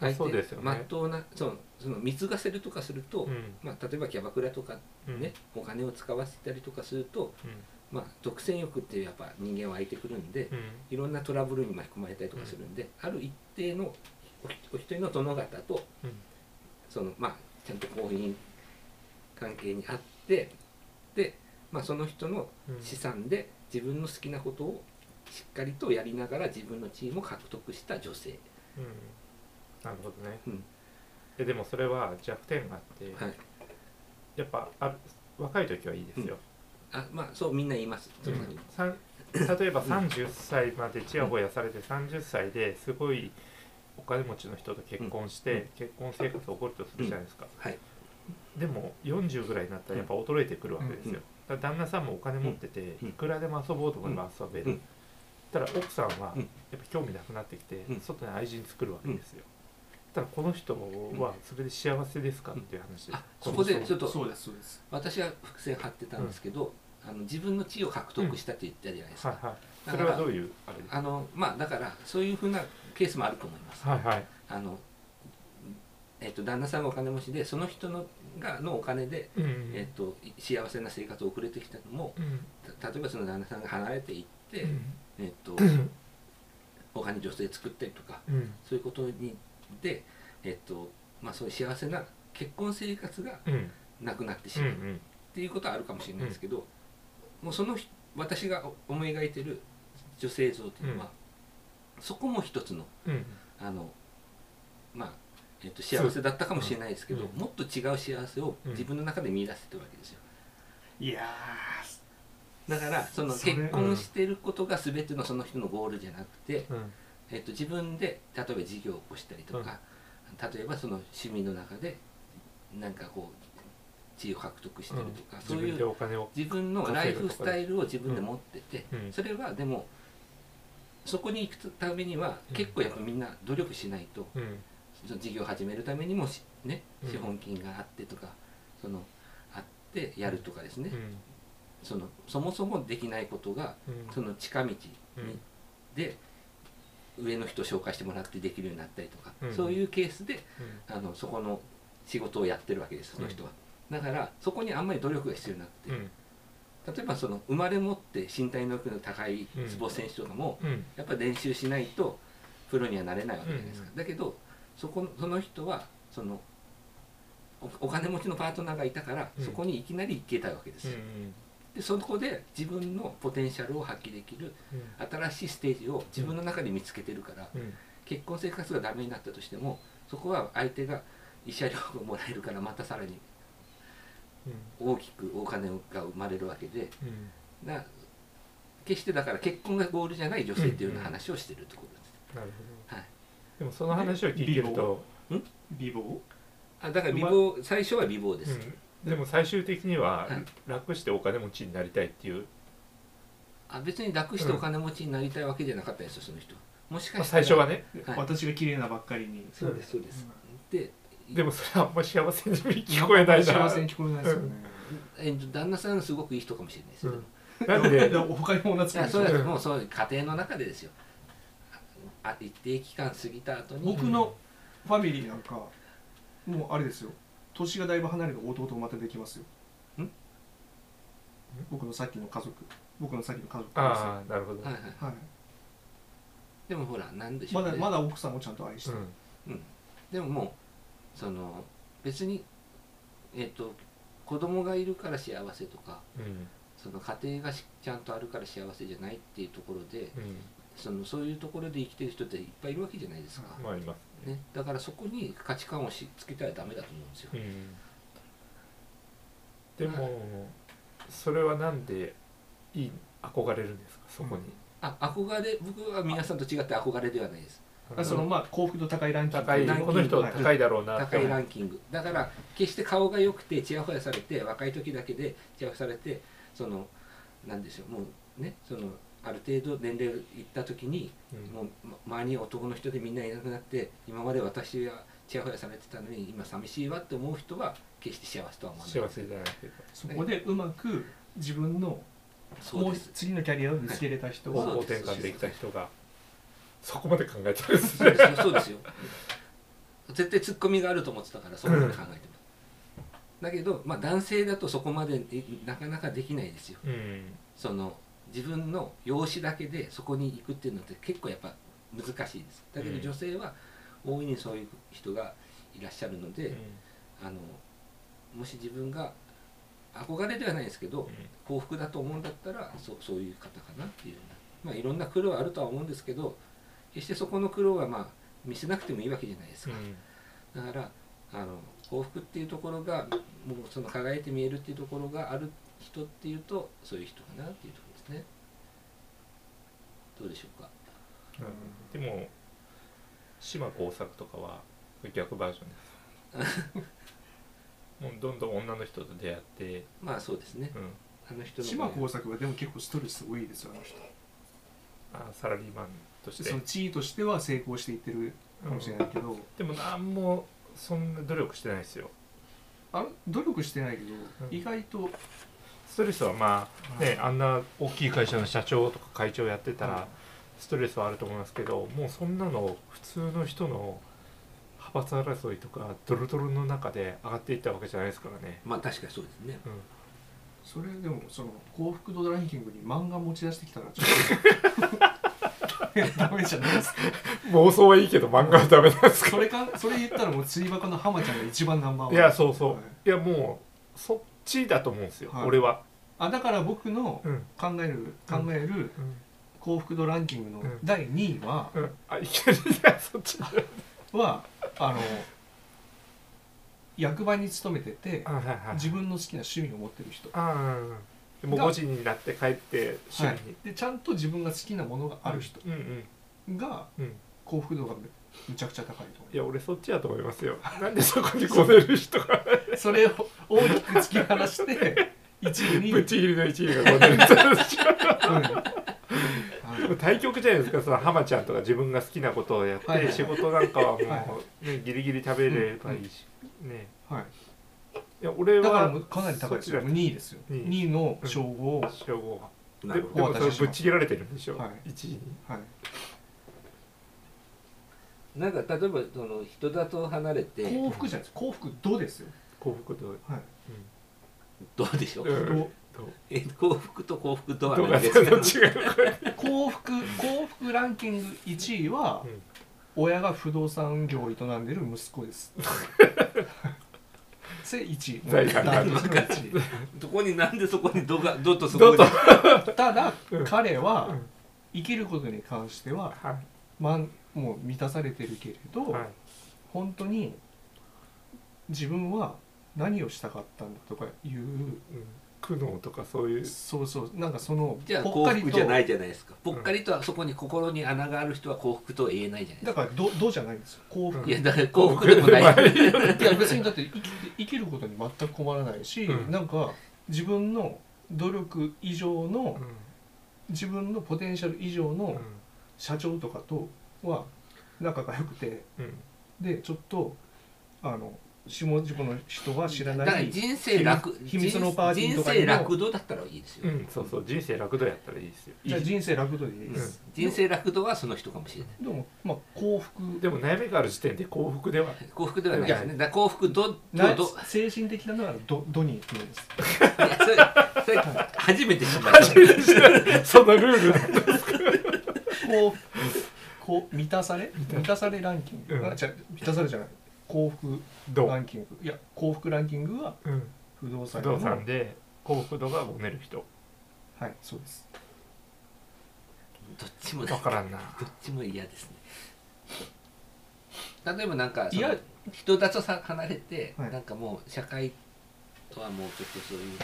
[SPEAKER 4] あそうですよね
[SPEAKER 3] まっとうなそのその貢がせるとかすると、
[SPEAKER 4] うん
[SPEAKER 3] まあ、例えばキャバクラとか
[SPEAKER 4] うん
[SPEAKER 3] ね、お金を使わせたりとかすると、
[SPEAKER 4] う
[SPEAKER 3] まあ、独占欲ってやっぱ人間は湧いてくるんで、
[SPEAKER 4] んうん
[SPEAKER 3] いろんなトラブルに巻き込まれたりとかするんで、ある一定のおお一人の殿方と
[SPEAKER 4] うん
[SPEAKER 3] そのまあちゃんと婚姻関係にあってで、まあ、その人の
[SPEAKER 4] うん
[SPEAKER 3] 資産で自分の好きなことをしっかりとやりながら自分の地位も獲得した女性、
[SPEAKER 4] うんなるほどね
[SPEAKER 3] うん
[SPEAKER 4] えでもそれは弱点があって、
[SPEAKER 3] はい、
[SPEAKER 4] やっぱある若い時はいいですよ、
[SPEAKER 3] あまあそうみんな言いますそんなに
[SPEAKER 4] さん例えば30歳までちやほやされて30歳ですごいお金持ちの人と結婚して、
[SPEAKER 3] うん
[SPEAKER 4] 結婚生活を送るとするじゃないですか、
[SPEAKER 3] はい
[SPEAKER 4] でも40ぐらいになったらやっぱ衰えてくるわけですよ、だから旦那さんもお金持ってて、
[SPEAKER 3] うん
[SPEAKER 4] いくらでも遊ぼうと思えば遊べる、
[SPEAKER 3] うん
[SPEAKER 4] ただ奥さんは
[SPEAKER 3] うん
[SPEAKER 4] やっぱ興味なくなってきて、
[SPEAKER 3] うん
[SPEAKER 4] 外に愛人作るわけですよ、ただこの人はそれで幸せですかっていう話です、
[SPEAKER 3] あそこでちょっと
[SPEAKER 5] そうですそうです
[SPEAKER 3] 私は伏線張ってたんですけど、あの自分の地位を獲得したって言ったじゃないですか、
[SPEAKER 4] はいはい
[SPEAKER 3] だ
[SPEAKER 4] そ
[SPEAKER 3] から
[SPEAKER 4] れはどういうあれですか
[SPEAKER 3] あのまあだからそういうふうなケースもあると思います。
[SPEAKER 4] はいはい
[SPEAKER 3] あのえっと旦那さんがお金持ちでその人のがのお金で、
[SPEAKER 4] うん
[SPEAKER 3] えっと、い幸せな生活を送れてきたのも
[SPEAKER 4] うん
[SPEAKER 3] た例えばその旦那さんが離れていって、えっと、他に女性作ったりとか
[SPEAKER 4] うんうん
[SPEAKER 3] そういうことにで、えっとまあ、そういう幸せな結婚生活が
[SPEAKER 4] うん
[SPEAKER 3] なくなってし
[SPEAKER 4] う
[SPEAKER 3] まう、っ
[SPEAKER 4] ん
[SPEAKER 3] ていうことはあるかもしれないですけど、もうその人私が思い描いてる女性像っていうのは、そこも一つの
[SPEAKER 4] うんうん
[SPEAKER 3] あのまあ、えっと幸せだったかもしれないですけど、
[SPEAKER 4] うん
[SPEAKER 3] もっと違う幸せを
[SPEAKER 4] うん
[SPEAKER 3] 自分の中で見出せてるわけですよ
[SPEAKER 5] いや
[SPEAKER 3] だからその
[SPEAKER 5] それ
[SPEAKER 3] 結婚してることが全てのその人のゴールじゃなくて、
[SPEAKER 4] うん
[SPEAKER 3] えっと自分で例えば事業を起こしたりとか、例えばその趣味の中でなんかこう地位を獲得してるとか、
[SPEAKER 4] 自
[SPEAKER 3] そうい
[SPEAKER 4] 分で
[SPEAKER 3] う
[SPEAKER 4] お金を
[SPEAKER 3] 自分のライフスタイルを自分で持ってて、
[SPEAKER 4] うん
[SPEAKER 3] それはでもそこに行くためには
[SPEAKER 4] うん
[SPEAKER 3] 結構やっぱみんな努力しないと、
[SPEAKER 4] うん
[SPEAKER 3] その事業を始めるためにもし、ね
[SPEAKER 4] う、ん
[SPEAKER 3] 資本金があってとか、そのあってやるとかですね、
[SPEAKER 4] うん
[SPEAKER 3] そのそもそもできないことが
[SPEAKER 4] うん
[SPEAKER 3] その近道に、
[SPEAKER 4] うん
[SPEAKER 3] で上の人を紹介してもらってできるようになったりとか、
[SPEAKER 4] うん
[SPEAKER 3] そういうケースで
[SPEAKER 4] うん
[SPEAKER 3] あのそこの仕事をやってるわけですその人は、だからそこにあんまり努力が必要なくて、
[SPEAKER 4] うん
[SPEAKER 3] 例えばその生まれ持って身体能力の高いスポーツ選手とかも、
[SPEAKER 4] うん
[SPEAKER 3] やっぱ練習しないとプロにはなれないわけじゃないですか、
[SPEAKER 4] う
[SPEAKER 3] だけどそこのその人はそのおお金持ちのパートナーがいたから、
[SPEAKER 4] うん
[SPEAKER 3] そこにいきなり行けたわけです
[SPEAKER 4] うん
[SPEAKER 3] よ、でそこで自分のポテンシャルを発揮できる
[SPEAKER 4] うん
[SPEAKER 3] 新しいステージを自分の中で見つけてるから、
[SPEAKER 4] うん
[SPEAKER 3] 結婚生活がダメになったとしてもそこは相手が慰謝料をもらえるからまたさらに大きくお金が生まれるわけで
[SPEAKER 4] うん
[SPEAKER 3] な決してだから結婚がゴールじゃない女性っていうような話をしてるってことです、
[SPEAKER 4] なるほど、
[SPEAKER 3] はい
[SPEAKER 4] でもその話を聞いてると、
[SPEAKER 5] ー美貌
[SPEAKER 3] あだから美貌最初は美貌です、
[SPEAKER 4] うんでも最終的には
[SPEAKER 3] はい
[SPEAKER 4] 楽してお金持ちになりたいっていう、
[SPEAKER 3] あ別に楽してお金持ちになりたいわけじゃなかったんですよその人はもしかした
[SPEAKER 4] まあ、
[SPEAKER 3] ら
[SPEAKER 4] 最初はね
[SPEAKER 3] はい
[SPEAKER 5] 私が綺麗なばっかりに
[SPEAKER 3] そうですそうです、で
[SPEAKER 4] でもそれはあんま幸せに聞こえないな
[SPEAKER 5] 幸せに聞こえないですよね、
[SPEAKER 3] えっと旦那さんすごくいい人かもしれないですよ、
[SPEAKER 4] うん
[SPEAKER 3] い
[SPEAKER 4] なんで
[SPEAKER 5] だから他にも同じ
[SPEAKER 3] やそれ
[SPEAKER 4] う
[SPEAKER 3] は
[SPEAKER 4] ん
[SPEAKER 3] もうそういう家庭の中でですよあ一定期間過ぎた後に
[SPEAKER 5] 僕のファミリーなんかもうあれですよ年がだいぶ離れる弟もまたできますよ
[SPEAKER 3] ん
[SPEAKER 5] 僕のさっきの家族僕のさっきの家族ですよ
[SPEAKER 4] ああなるほど、
[SPEAKER 3] はいはい、
[SPEAKER 5] はい
[SPEAKER 3] でもほらなんでしょ
[SPEAKER 5] ま
[SPEAKER 3] う、
[SPEAKER 5] だ
[SPEAKER 3] ね
[SPEAKER 5] まだ奥さんをちゃんと愛して
[SPEAKER 4] う
[SPEAKER 5] る、
[SPEAKER 4] ん
[SPEAKER 3] でももうその別にえっ、と子供がいるから幸せとか
[SPEAKER 4] うん
[SPEAKER 3] その家庭がしちゃんとあるから幸せじゃないっていうところで
[SPEAKER 4] う
[SPEAKER 3] そのそういうところで生きてる人っていっぱいいるわけじゃないですか、
[SPEAKER 4] んまあいます
[SPEAKER 3] ね、だからそこに価値観をしつけたらダメだと思うんですよ、
[SPEAKER 4] うんでも、それはなんでいい憧れるんですかそこに、
[SPEAKER 3] あ憧れ僕は皆さんと違って憧れではないです
[SPEAKER 5] あそのまあ幸福度高いランキング
[SPEAKER 4] 高い
[SPEAKER 3] ランキング
[SPEAKER 4] この人
[SPEAKER 5] はい
[SPEAKER 4] 高いだろうなって
[SPEAKER 3] 高いランキングだから決して顔が良くてちやほやされて若い時だけでちやほやされてそのなんでしょうもうねそのある程度年齢いった時に
[SPEAKER 4] うん
[SPEAKER 3] もうま周りに男の人でみんないなくなって今まで私はちやほやされてたのに今寂しいわって思う人は決して幸せとは思わない
[SPEAKER 4] 幸せじゃないけど
[SPEAKER 5] そこでうまく自分の
[SPEAKER 3] そ
[SPEAKER 5] も
[SPEAKER 3] う
[SPEAKER 5] う
[SPEAKER 3] です
[SPEAKER 5] 次のキャリアを見つけれた人
[SPEAKER 4] 方
[SPEAKER 5] は、
[SPEAKER 4] 向
[SPEAKER 3] そう
[SPEAKER 4] 転換できた人がそこまで考えたんです
[SPEAKER 3] そう
[SPEAKER 4] ね
[SPEAKER 3] ですよそうですよ絶対ツッコミがあると思ってたからそこまで考えてますだけど、まあ、男性だとそこまでいなかなかできないですよ
[SPEAKER 4] うん
[SPEAKER 3] その自分の容姿だけでそこに行くっていうのって結構やっぱ難しいですだけ
[SPEAKER 4] う
[SPEAKER 3] ど
[SPEAKER 4] ん
[SPEAKER 3] 女性は大いにそういう人がいらっしゃるので、あのもし自分が憧れではないですけど幸福だと思うんだったらそそういう方かなっていうようなまあいろんな苦労はあるとは思うんですけど決してそこの苦労はまあ見せなくてもいいわけじゃないです
[SPEAKER 4] う
[SPEAKER 3] か、
[SPEAKER 4] ん
[SPEAKER 3] だからあの幸福っていうところがもうその輝いて見えるっていうところがある人っていうとそういう人かなっていうところですねどうでしょうか
[SPEAKER 4] でも島耕作とかは逆バージョンです もうどんどん女の人と出会って、
[SPEAKER 3] まあそうですね
[SPEAKER 4] うん、
[SPEAKER 3] あの人の
[SPEAKER 5] 島
[SPEAKER 3] 場合
[SPEAKER 5] 耕作はでも結構ストレス多いですよあの人
[SPEAKER 4] あサラリーマンとして
[SPEAKER 5] その地位としては成功していってるかもしれないけど、
[SPEAKER 4] でも何もそんな努力してないですよ
[SPEAKER 5] あの努力してないけど、
[SPEAKER 4] うん
[SPEAKER 5] 意外と
[SPEAKER 4] ストレスはまあね、あんな大きい会社の社長とか会長やってた
[SPEAKER 5] うん
[SPEAKER 4] らストレスはあると思いますけどもうそんなの普通の人の派閥争いとかドロドロの中で上がっていったわけじゃないですからね、
[SPEAKER 3] まあ確かにそうですね
[SPEAKER 4] うん、
[SPEAKER 5] それでもその幸福度ランキングに漫画持ち出してきたらちょっといやダメじゃないですか
[SPEAKER 4] 妄想はいいけど漫画はダメなんです
[SPEAKER 5] それかそれ言ったらもう釣りバカの浜ちゃんが一番ナンバーワ
[SPEAKER 4] い
[SPEAKER 5] ン
[SPEAKER 4] やそうそう、
[SPEAKER 5] はい
[SPEAKER 4] い、やもうそっちだと思うんですよ、
[SPEAKER 5] はい
[SPEAKER 4] 俺は、
[SPEAKER 5] あだから僕の
[SPEAKER 4] うん
[SPEAKER 5] 考える、考える
[SPEAKER 4] うん
[SPEAKER 5] 幸福度ランキングの
[SPEAKER 4] うん
[SPEAKER 5] 第2位は、
[SPEAKER 4] うん、あいきなりいやそっちだ
[SPEAKER 5] はあの役場に勤めてて
[SPEAKER 4] あはいはい
[SPEAKER 5] 自分の好きな趣味を持ってる人、
[SPEAKER 4] あうんうんでもう
[SPEAKER 5] が
[SPEAKER 4] 5時になって帰って趣味に、
[SPEAKER 5] でちゃんと自分が好きなものがある人
[SPEAKER 4] うんうん
[SPEAKER 5] が
[SPEAKER 4] うん
[SPEAKER 5] 幸福度がむむちゃくちゃ高いと思
[SPEAKER 4] いや俺そっちやと思います よなんでそこにこねる人が
[SPEAKER 5] うそれを大きく突き放して1位に、う
[SPEAKER 4] ぶっ
[SPEAKER 5] ん
[SPEAKER 4] ちぎりの1位がこねる人ですでも対局じゃないですかその浜ちゃんとか自分が好きなことをやって、
[SPEAKER 5] はいはいはい
[SPEAKER 4] 仕事なんかはもう、
[SPEAKER 5] は
[SPEAKER 4] ね、ギリギリ食べればいいし、ね
[SPEAKER 5] はい
[SPEAKER 4] いや俺
[SPEAKER 5] だ
[SPEAKER 4] は
[SPEAKER 5] からもうかなり高いです
[SPEAKER 4] そ
[SPEAKER 5] よ
[SPEAKER 4] っちだ
[SPEAKER 5] 2位ですよ
[SPEAKER 4] 二位
[SPEAKER 5] 2位の称号を、は
[SPEAKER 4] 称号が
[SPEAKER 3] な
[SPEAKER 4] でで
[SPEAKER 3] るほど
[SPEAKER 5] お
[SPEAKER 4] も
[SPEAKER 5] 渡
[SPEAKER 4] それ
[SPEAKER 5] しします
[SPEAKER 4] ぶっちぎられてるんでしょ、
[SPEAKER 5] はい
[SPEAKER 4] 1位に
[SPEAKER 5] い、
[SPEAKER 3] なんか例えばその人里を離れて
[SPEAKER 5] 幸福じゃないです幸福度ですよ、
[SPEAKER 4] 幸福度、
[SPEAKER 5] はい、
[SPEAKER 3] どうでしょう、
[SPEAKER 4] うん
[SPEAKER 5] ど
[SPEAKER 4] ど
[SPEAKER 3] え幸福と幸福とは
[SPEAKER 4] どうか
[SPEAKER 3] 何で
[SPEAKER 4] さ
[SPEAKER 3] すか
[SPEAKER 4] どっちが
[SPEAKER 5] 幸福幸福ランキング1位は、
[SPEAKER 4] うん
[SPEAKER 5] 親が不動産業を営んでる息子です それ1位
[SPEAKER 4] 財産が
[SPEAKER 5] ダントツの一位
[SPEAKER 3] どこになんでそこにどがどとそこに
[SPEAKER 4] どと
[SPEAKER 5] ただ
[SPEAKER 4] うん
[SPEAKER 5] 彼は、
[SPEAKER 4] うん
[SPEAKER 5] 生きることに関しては、
[SPEAKER 4] は
[SPEAKER 5] まん、もう満たされてるけれど、
[SPEAKER 4] い、はい
[SPEAKER 5] 本当に自分は何をしたかったんだとかいう、
[SPEAKER 4] うん、苦悩とかそういう
[SPEAKER 5] そうそうなんかその
[SPEAKER 3] じゃあ
[SPEAKER 5] ぽっ
[SPEAKER 3] 幸
[SPEAKER 5] かり
[SPEAKER 3] 福じゃないいじゃないですかぽっかりとはそこに心に穴がある人は幸福とは言えないじゃないで
[SPEAKER 5] だ
[SPEAKER 3] すか
[SPEAKER 5] からどどうじゃないんですよ幸福、
[SPEAKER 4] うん
[SPEAKER 3] いやだから幸福でもない
[SPEAKER 4] 幸福でもない
[SPEAKER 5] いや別にだって生きて生きることに全く困らないし、
[SPEAKER 4] うん
[SPEAKER 5] なんか自分の努力以上の
[SPEAKER 4] うん
[SPEAKER 5] 自分のポテンシャル以上
[SPEAKER 4] う
[SPEAKER 5] の
[SPEAKER 4] ん
[SPEAKER 5] 社長とかとは仲が良くて
[SPEAKER 4] うん
[SPEAKER 5] でちょっとあの下地区の人は知ら
[SPEAKER 3] だか
[SPEAKER 5] な
[SPEAKER 3] ら
[SPEAKER 5] い
[SPEAKER 3] 人生楽
[SPEAKER 5] 秘密のパーティー
[SPEAKER 3] 人
[SPEAKER 5] とかに
[SPEAKER 3] 生
[SPEAKER 5] も
[SPEAKER 3] 楽度だったらいいですよ、
[SPEAKER 4] うん、そうそう人生楽度やったらいいですよ
[SPEAKER 5] じゃあ人生楽度でいいです、
[SPEAKER 3] 人生楽度はその人かもしれない
[SPEAKER 5] でもまあ幸福
[SPEAKER 4] でも悩みがある時点で幸福では ない
[SPEAKER 3] 幸福ではないですねだから幸福どどど
[SPEAKER 5] な
[SPEAKER 3] ど
[SPEAKER 5] 精神的なのはどどに行くんです
[SPEAKER 3] いやそれそれ初めて知りました
[SPEAKER 4] そのル ール
[SPEAKER 5] 幸福こう満たされ満たされランキング、
[SPEAKER 4] うん
[SPEAKER 5] あ違う満たされじゃない幸福
[SPEAKER 4] ど
[SPEAKER 5] ラ
[SPEAKER 4] う、
[SPEAKER 5] ンキングいや幸福ランキングは
[SPEAKER 4] うん、
[SPEAKER 5] 不動産
[SPEAKER 4] 不
[SPEAKER 5] の
[SPEAKER 4] 動産で幸福度がボネる人
[SPEAKER 5] はいそうです
[SPEAKER 3] どっちも
[SPEAKER 4] 分からんな
[SPEAKER 3] どっちも嫌ですね例えばなんかその
[SPEAKER 5] 嫌
[SPEAKER 3] 人だとさ離れて、
[SPEAKER 5] はい
[SPEAKER 3] なんかもう社会とはもうちょっとそういう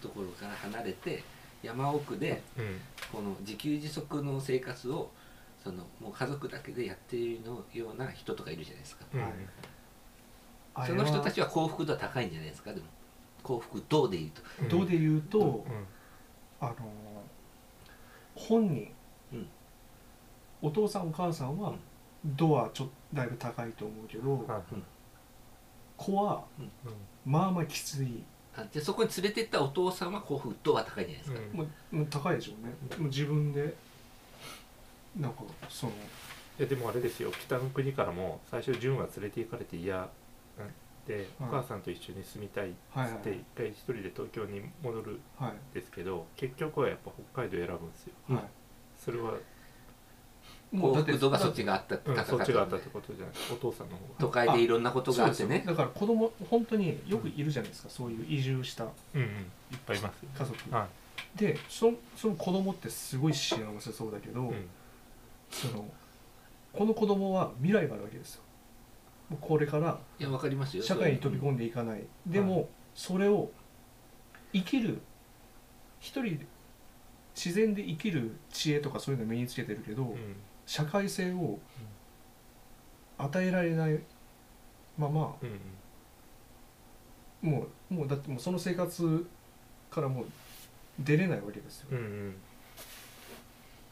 [SPEAKER 3] ところから離れて山奥で
[SPEAKER 4] うん
[SPEAKER 3] この自給自足の生活をそのもう家族だけでやっているのような人とかいるじゃないですか、
[SPEAKER 4] うん、
[SPEAKER 5] はい
[SPEAKER 3] その人た
[SPEAKER 5] あ
[SPEAKER 3] ちは幸福度は高いんじゃないですかでも幸福度でいうと
[SPEAKER 5] れはどうで言うと、
[SPEAKER 4] うん
[SPEAKER 5] あのー本人、
[SPEAKER 3] うん
[SPEAKER 5] お父さんお母さんは
[SPEAKER 3] うん
[SPEAKER 5] 度はちょっとだいぶ高いと思うけど、
[SPEAKER 4] はい
[SPEAKER 5] 子は
[SPEAKER 4] う
[SPEAKER 5] まあまあきつい、
[SPEAKER 3] あじゃあそこに連れてったお父さんは幸福度は高いんじゃないです
[SPEAKER 4] ん
[SPEAKER 3] か、
[SPEAKER 4] うん
[SPEAKER 5] もうもう高いでしょうねもう自分でなんかその
[SPEAKER 4] いやでもあれですよ北の国からも最初純は連れて行かれて嫌なんで、
[SPEAKER 5] うん
[SPEAKER 4] お母さんと一緒に住みたいっつ
[SPEAKER 5] はい
[SPEAKER 4] って一回一人で東京に戻るん
[SPEAKER 5] はい
[SPEAKER 4] ですけど結局はやっぱ北海道選ぶんですよ
[SPEAKER 5] はい、
[SPEAKER 4] それは、
[SPEAKER 5] もうだ
[SPEAKER 3] 幸
[SPEAKER 5] って
[SPEAKER 3] 福度がそっちがあった、
[SPEAKER 4] うん、
[SPEAKER 3] 高
[SPEAKER 4] そ
[SPEAKER 3] か
[SPEAKER 4] っ
[SPEAKER 3] っ
[SPEAKER 4] ちがあ
[SPEAKER 3] たん
[SPEAKER 4] ったっ
[SPEAKER 3] で
[SPEAKER 4] てことじゃないお父さんの方
[SPEAKER 3] 都
[SPEAKER 4] が
[SPEAKER 3] 会でいろんなことがあって
[SPEAKER 5] そ
[SPEAKER 3] ね
[SPEAKER 5] うですよだから子供本当によくいるじゃないですか、そういう移住した
[SPEAKER 4] うんうんいっぱいいますよ
[SPEAKER 5] 家族
[SPEAKER 4] は
[SPEAKER 5] でそのその子供ってすごい幸せそうだけど、
[SPEAKER 4] い、うん
[SPEAKER 5] そのこの子供は未来があるわけですよもうこれから
[SPEAKER 3] いやわかりますよ
[SPEAKER 5] 社会に飛び込んでいかない、でもそれを生きる一人で自然で生きる知恵とかそういうの身につけてるけど、
[SPEAKER 4] うん
[SPEAKER 5] 社会性を与えられないまま
[SPEAKER 4] うんうん
[SPEAKER 5] もうもうだってもうその生活からもう出れないわけですよ
[SPEAKER 4] うんうん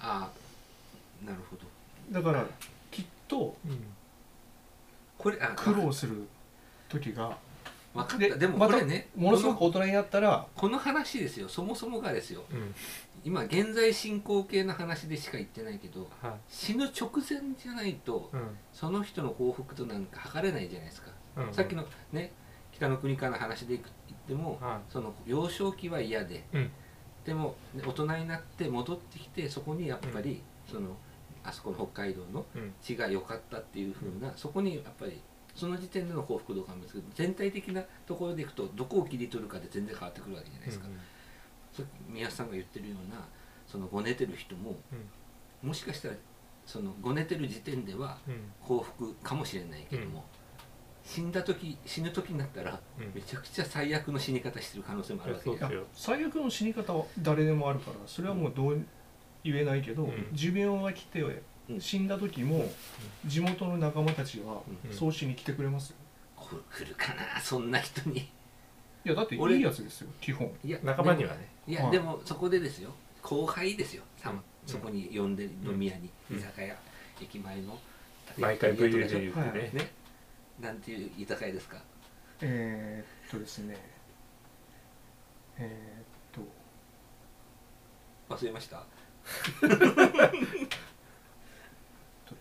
[SPEAKER 3] ああなるほど
[SPEAKER 5] だからきっと
[SPEAKER 4] うん
[SPEAKER 3] これあ
[SPEAKER 5] 苦労する時が
[SPEAKER 3] わかっ
[SPEAKER 5] で
[SPEAKER 3] たでも
[SPEAKER 5] ま
[SPEAKER 3] こ
[SPEAKER 5] た
[SPEAKER 3] れね
[SPEAKER 5] ものすごく
[SPEAKER 3] この
[SPEAKER 5] 大人になったら
[SPEAKER 3] この話ですよそもそもがですよ
[SPEAKER 4] うん
[SPEAKER 3] 今現在進行形の話でしか言ってないけど
[SPEAKER 4] はい
[SPEAKER 3] 死ぬ直前じゃないと
[SPEAKER 4] うん
[SPEAKER 3] その人の幸福となんか測れないじゃないですか、
[SPEAKER 4] うんうん
[SPEAKER 3] さっきのね北の国からの話でいく言っても、
[SPEAKER 4] は
[SPEAKER 3] その幼少期は嫌で、
[SPEAKER 4] うん
[SPEAKER 3] でもね大人になって戻ってきてそこにやっぱり、そのあそこの北海道の
[SPEAKER 4] いうん
[SPEAKER 3] 地が良かったっていう風な、そこにやっぱりその時点での幸福度があるんですけど全体的なところでいくとどこを切り取るかで全然変わってくるわけじゃないですか、さっき宮下さんが言ってるようなそのごねてる人も
[SPEAKER 4] うん
[SPEAKER 3] もしかしたらそのごねてる時点では
[SPEAKER 4] うん
[SPEAKER 3] 幸福かもしれないけども、死んだ時死ぬ時になったら
[SPEAKER 4] うん
[SPEAKER 3] めちゃくちゃ最悪の死に方してる可能性もあるわけじゃないですか
[SPEAKER 5] いや最悪の死に方は誰でもあるからそれはもうどう言えないけど、
[SPEAKER 4] うん
[SPEAKER 5] 寿命が来て
[SPEAKER 3] うん
[SPEAKER 5] 死んだ時も地元の仲間たちは
[SPEAKER 4] うん
[SPEAKER 5] そうしに来てくれますよ
[SPEAKER 3] こ来るかなそんな人に
[SPEAKER 5] いやだってい
[SPEAKER 3] 俺
[SPEAKER 5] いやつですよ基本
[SPEAKER 3] いや
[SPEAKER 4] 仲間にはね
[SPEAKER 3] でもいや、
[SPEAKER 5] はい
[SPEAKER 3] でもそこでですよ後輩ですよさ、
[SPEAKER 4] うん
[SPEAKER 3] そこに呼んで飲み屋に、
[SPEAKER 4] うん
[SPEAKER 3] 居酒屋駅前の
[SPEAKER 4] 毎回
[SPEAKER 3] ブ
[SPEAKER 4] VU
[SPEAKER 3] リ
[SPEAKER 4] で言って
[SPEAKER 5] は
[SPEAKER 4] ね
[SPEAKER 5] い
[SPEAKER 3] ねなんていう居酒屋ですか
[SPEAKER 5] えー、っとですねえー、っと
[SPEAKER 3] 忘れました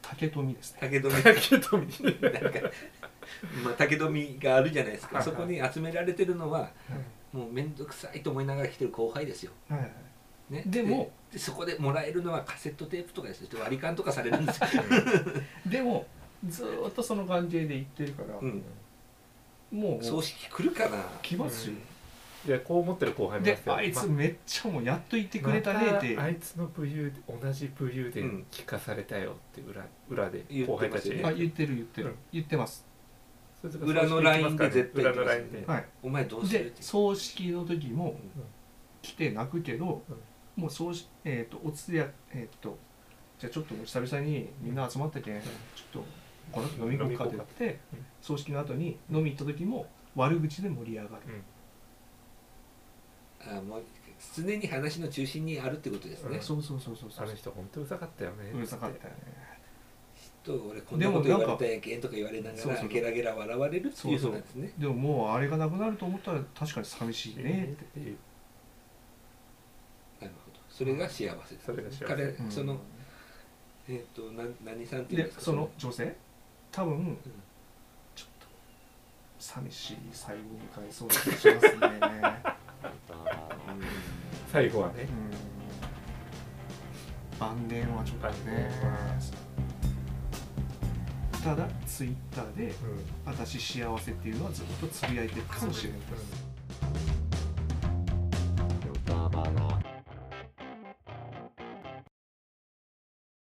[SPEAKER 5] 竹富ですね
[SPEAKER 3] 竹富
[SPEAKER 4] 竹富
[SPEAKER 3] なんか、まあ、竹富があるじゃないですか
[SPEAKER 4] はいは
[SPEAKER 3] そ
[SPEAKER 4] い
[SPEAKER 3] こに集められてるのはもう面倒くさいと思いながら来てる後輩ですよ、
[SPEAKER 5] はいはい
[SPEAKER 3] ね、
[SPEAKER 5] でも
[SPEAKER 3] でそこでもらえるのはカセットテープとかですよ割り勘とかされるんですよ、
[SPEAKER 5] でもずーっとその関係で行ってるから、
[SPEAKER 3] うん、
[SPEAKER 5] もう
[SPEAKER 3] 葬式来るかな
[SPEAKER 5] 来ますよ、
[SPEAKER 4] でこう思ってる後輩もいま
[SPEAKER 5] です
[SPEAKER 4] よ
[SPEAKER 5] あいつ
[SPEAKER 4] ま
[SPEAKER 5] めっちゃもうやっと行ってくれたねーって、
[SPEAKER 4] またあいつの武勇同じ武勇で
[SPEAKER 3] うん
[SPEAKER 4] 聞かされたよって裏裏で
[SPEAKER 3] 言って
[SPEAKER 4] 後
[SPEAKER 3] ますよ
[SPEAKER 4] 輩たちに
[SPEAKER 3] ね
[SPEAKER 5] あ言ってる言ってる、
[SPEAKER 4] うん
[SPEAKER 5] 言ってます
[SPEAKER 4] それとか
[SPEAKER 3] 裏のラインで絶対
[SPEAKER 4] 裏のラインで、
[SPEAKER 5] はい
[SPEAKER 3] お前どうするっ
[SPEAKER 5] で
[SPEAKER 3] て
[SPEAKER 5] 葬式の時も
[SPEAKER 4] うん
[SPEAKER 5] 来て泣くけど、
[SPEAKER 4] うん
[SPEAKER 5] もう葬式えっ、とお通夜えっ、とじゃあちょっともう久々にみんな集まったけん、ちょっとこの人飲み行こうかって言って、
[SPEAKER 4] うん
[SPEAKER 5] 葬式の後に飲み行った時も悪口で盛り上がる、
[SPEAKER 3] あもう常に話の中心にあるってことですね、
[SPEAKER 4] うん
[SPEAKER 5] そうそうそうそうそ
[SPEAKER 4] あ
[SPEAKER 5] う
[SPEAKER 4] の人本当うざかったよね
[SPEAKER 5] うるさかったよね
[SPEAKER 3] と俺こんなこと言われたやけんとか言われなが
[SPEAKER 5] そう
[SPEAKER 3] ら
[SPEAKER 5] そう
[SPEAKER 3] ゲラゲラ笑われるっていう
[SPEAKER 5] そ
[SPEAKER 3] こ
[SPEAKER 5] うそう
[SPEAKER 3] となんですね
[SPEAKER 5] でももうあれがなくなると思ったら確かに寂しいね
[SPEAKER 4] っていう
[SPEAKER 3] なるほどそれが幸せです
[SPEAKER 4] それが幸せ
[SPEAKER 3] 彼、
[SPEAKER 5] うん
[SPEAKER 3] そのえっ、とな何さんっていう
[SPEAKER 5] で
[SPEAKER 3] んですか
[SPEAKER 5] その女性多分ちょっと寂しい最後に迎えそうな気がしますね
[SPEAKER 4] 最後はね
[SPEAKER 5] うん晩年はちょっと
[SPEAKER 4] 晩
[SPEAKER 5] ね
[SPEAKER 4] 年は
[SPEAKER 5] ただツイッターで
[SPEAKER 4] うん
[SPEAKER 5] 「私幸せ」っていうのはずっとつぶやいてるかもしれないです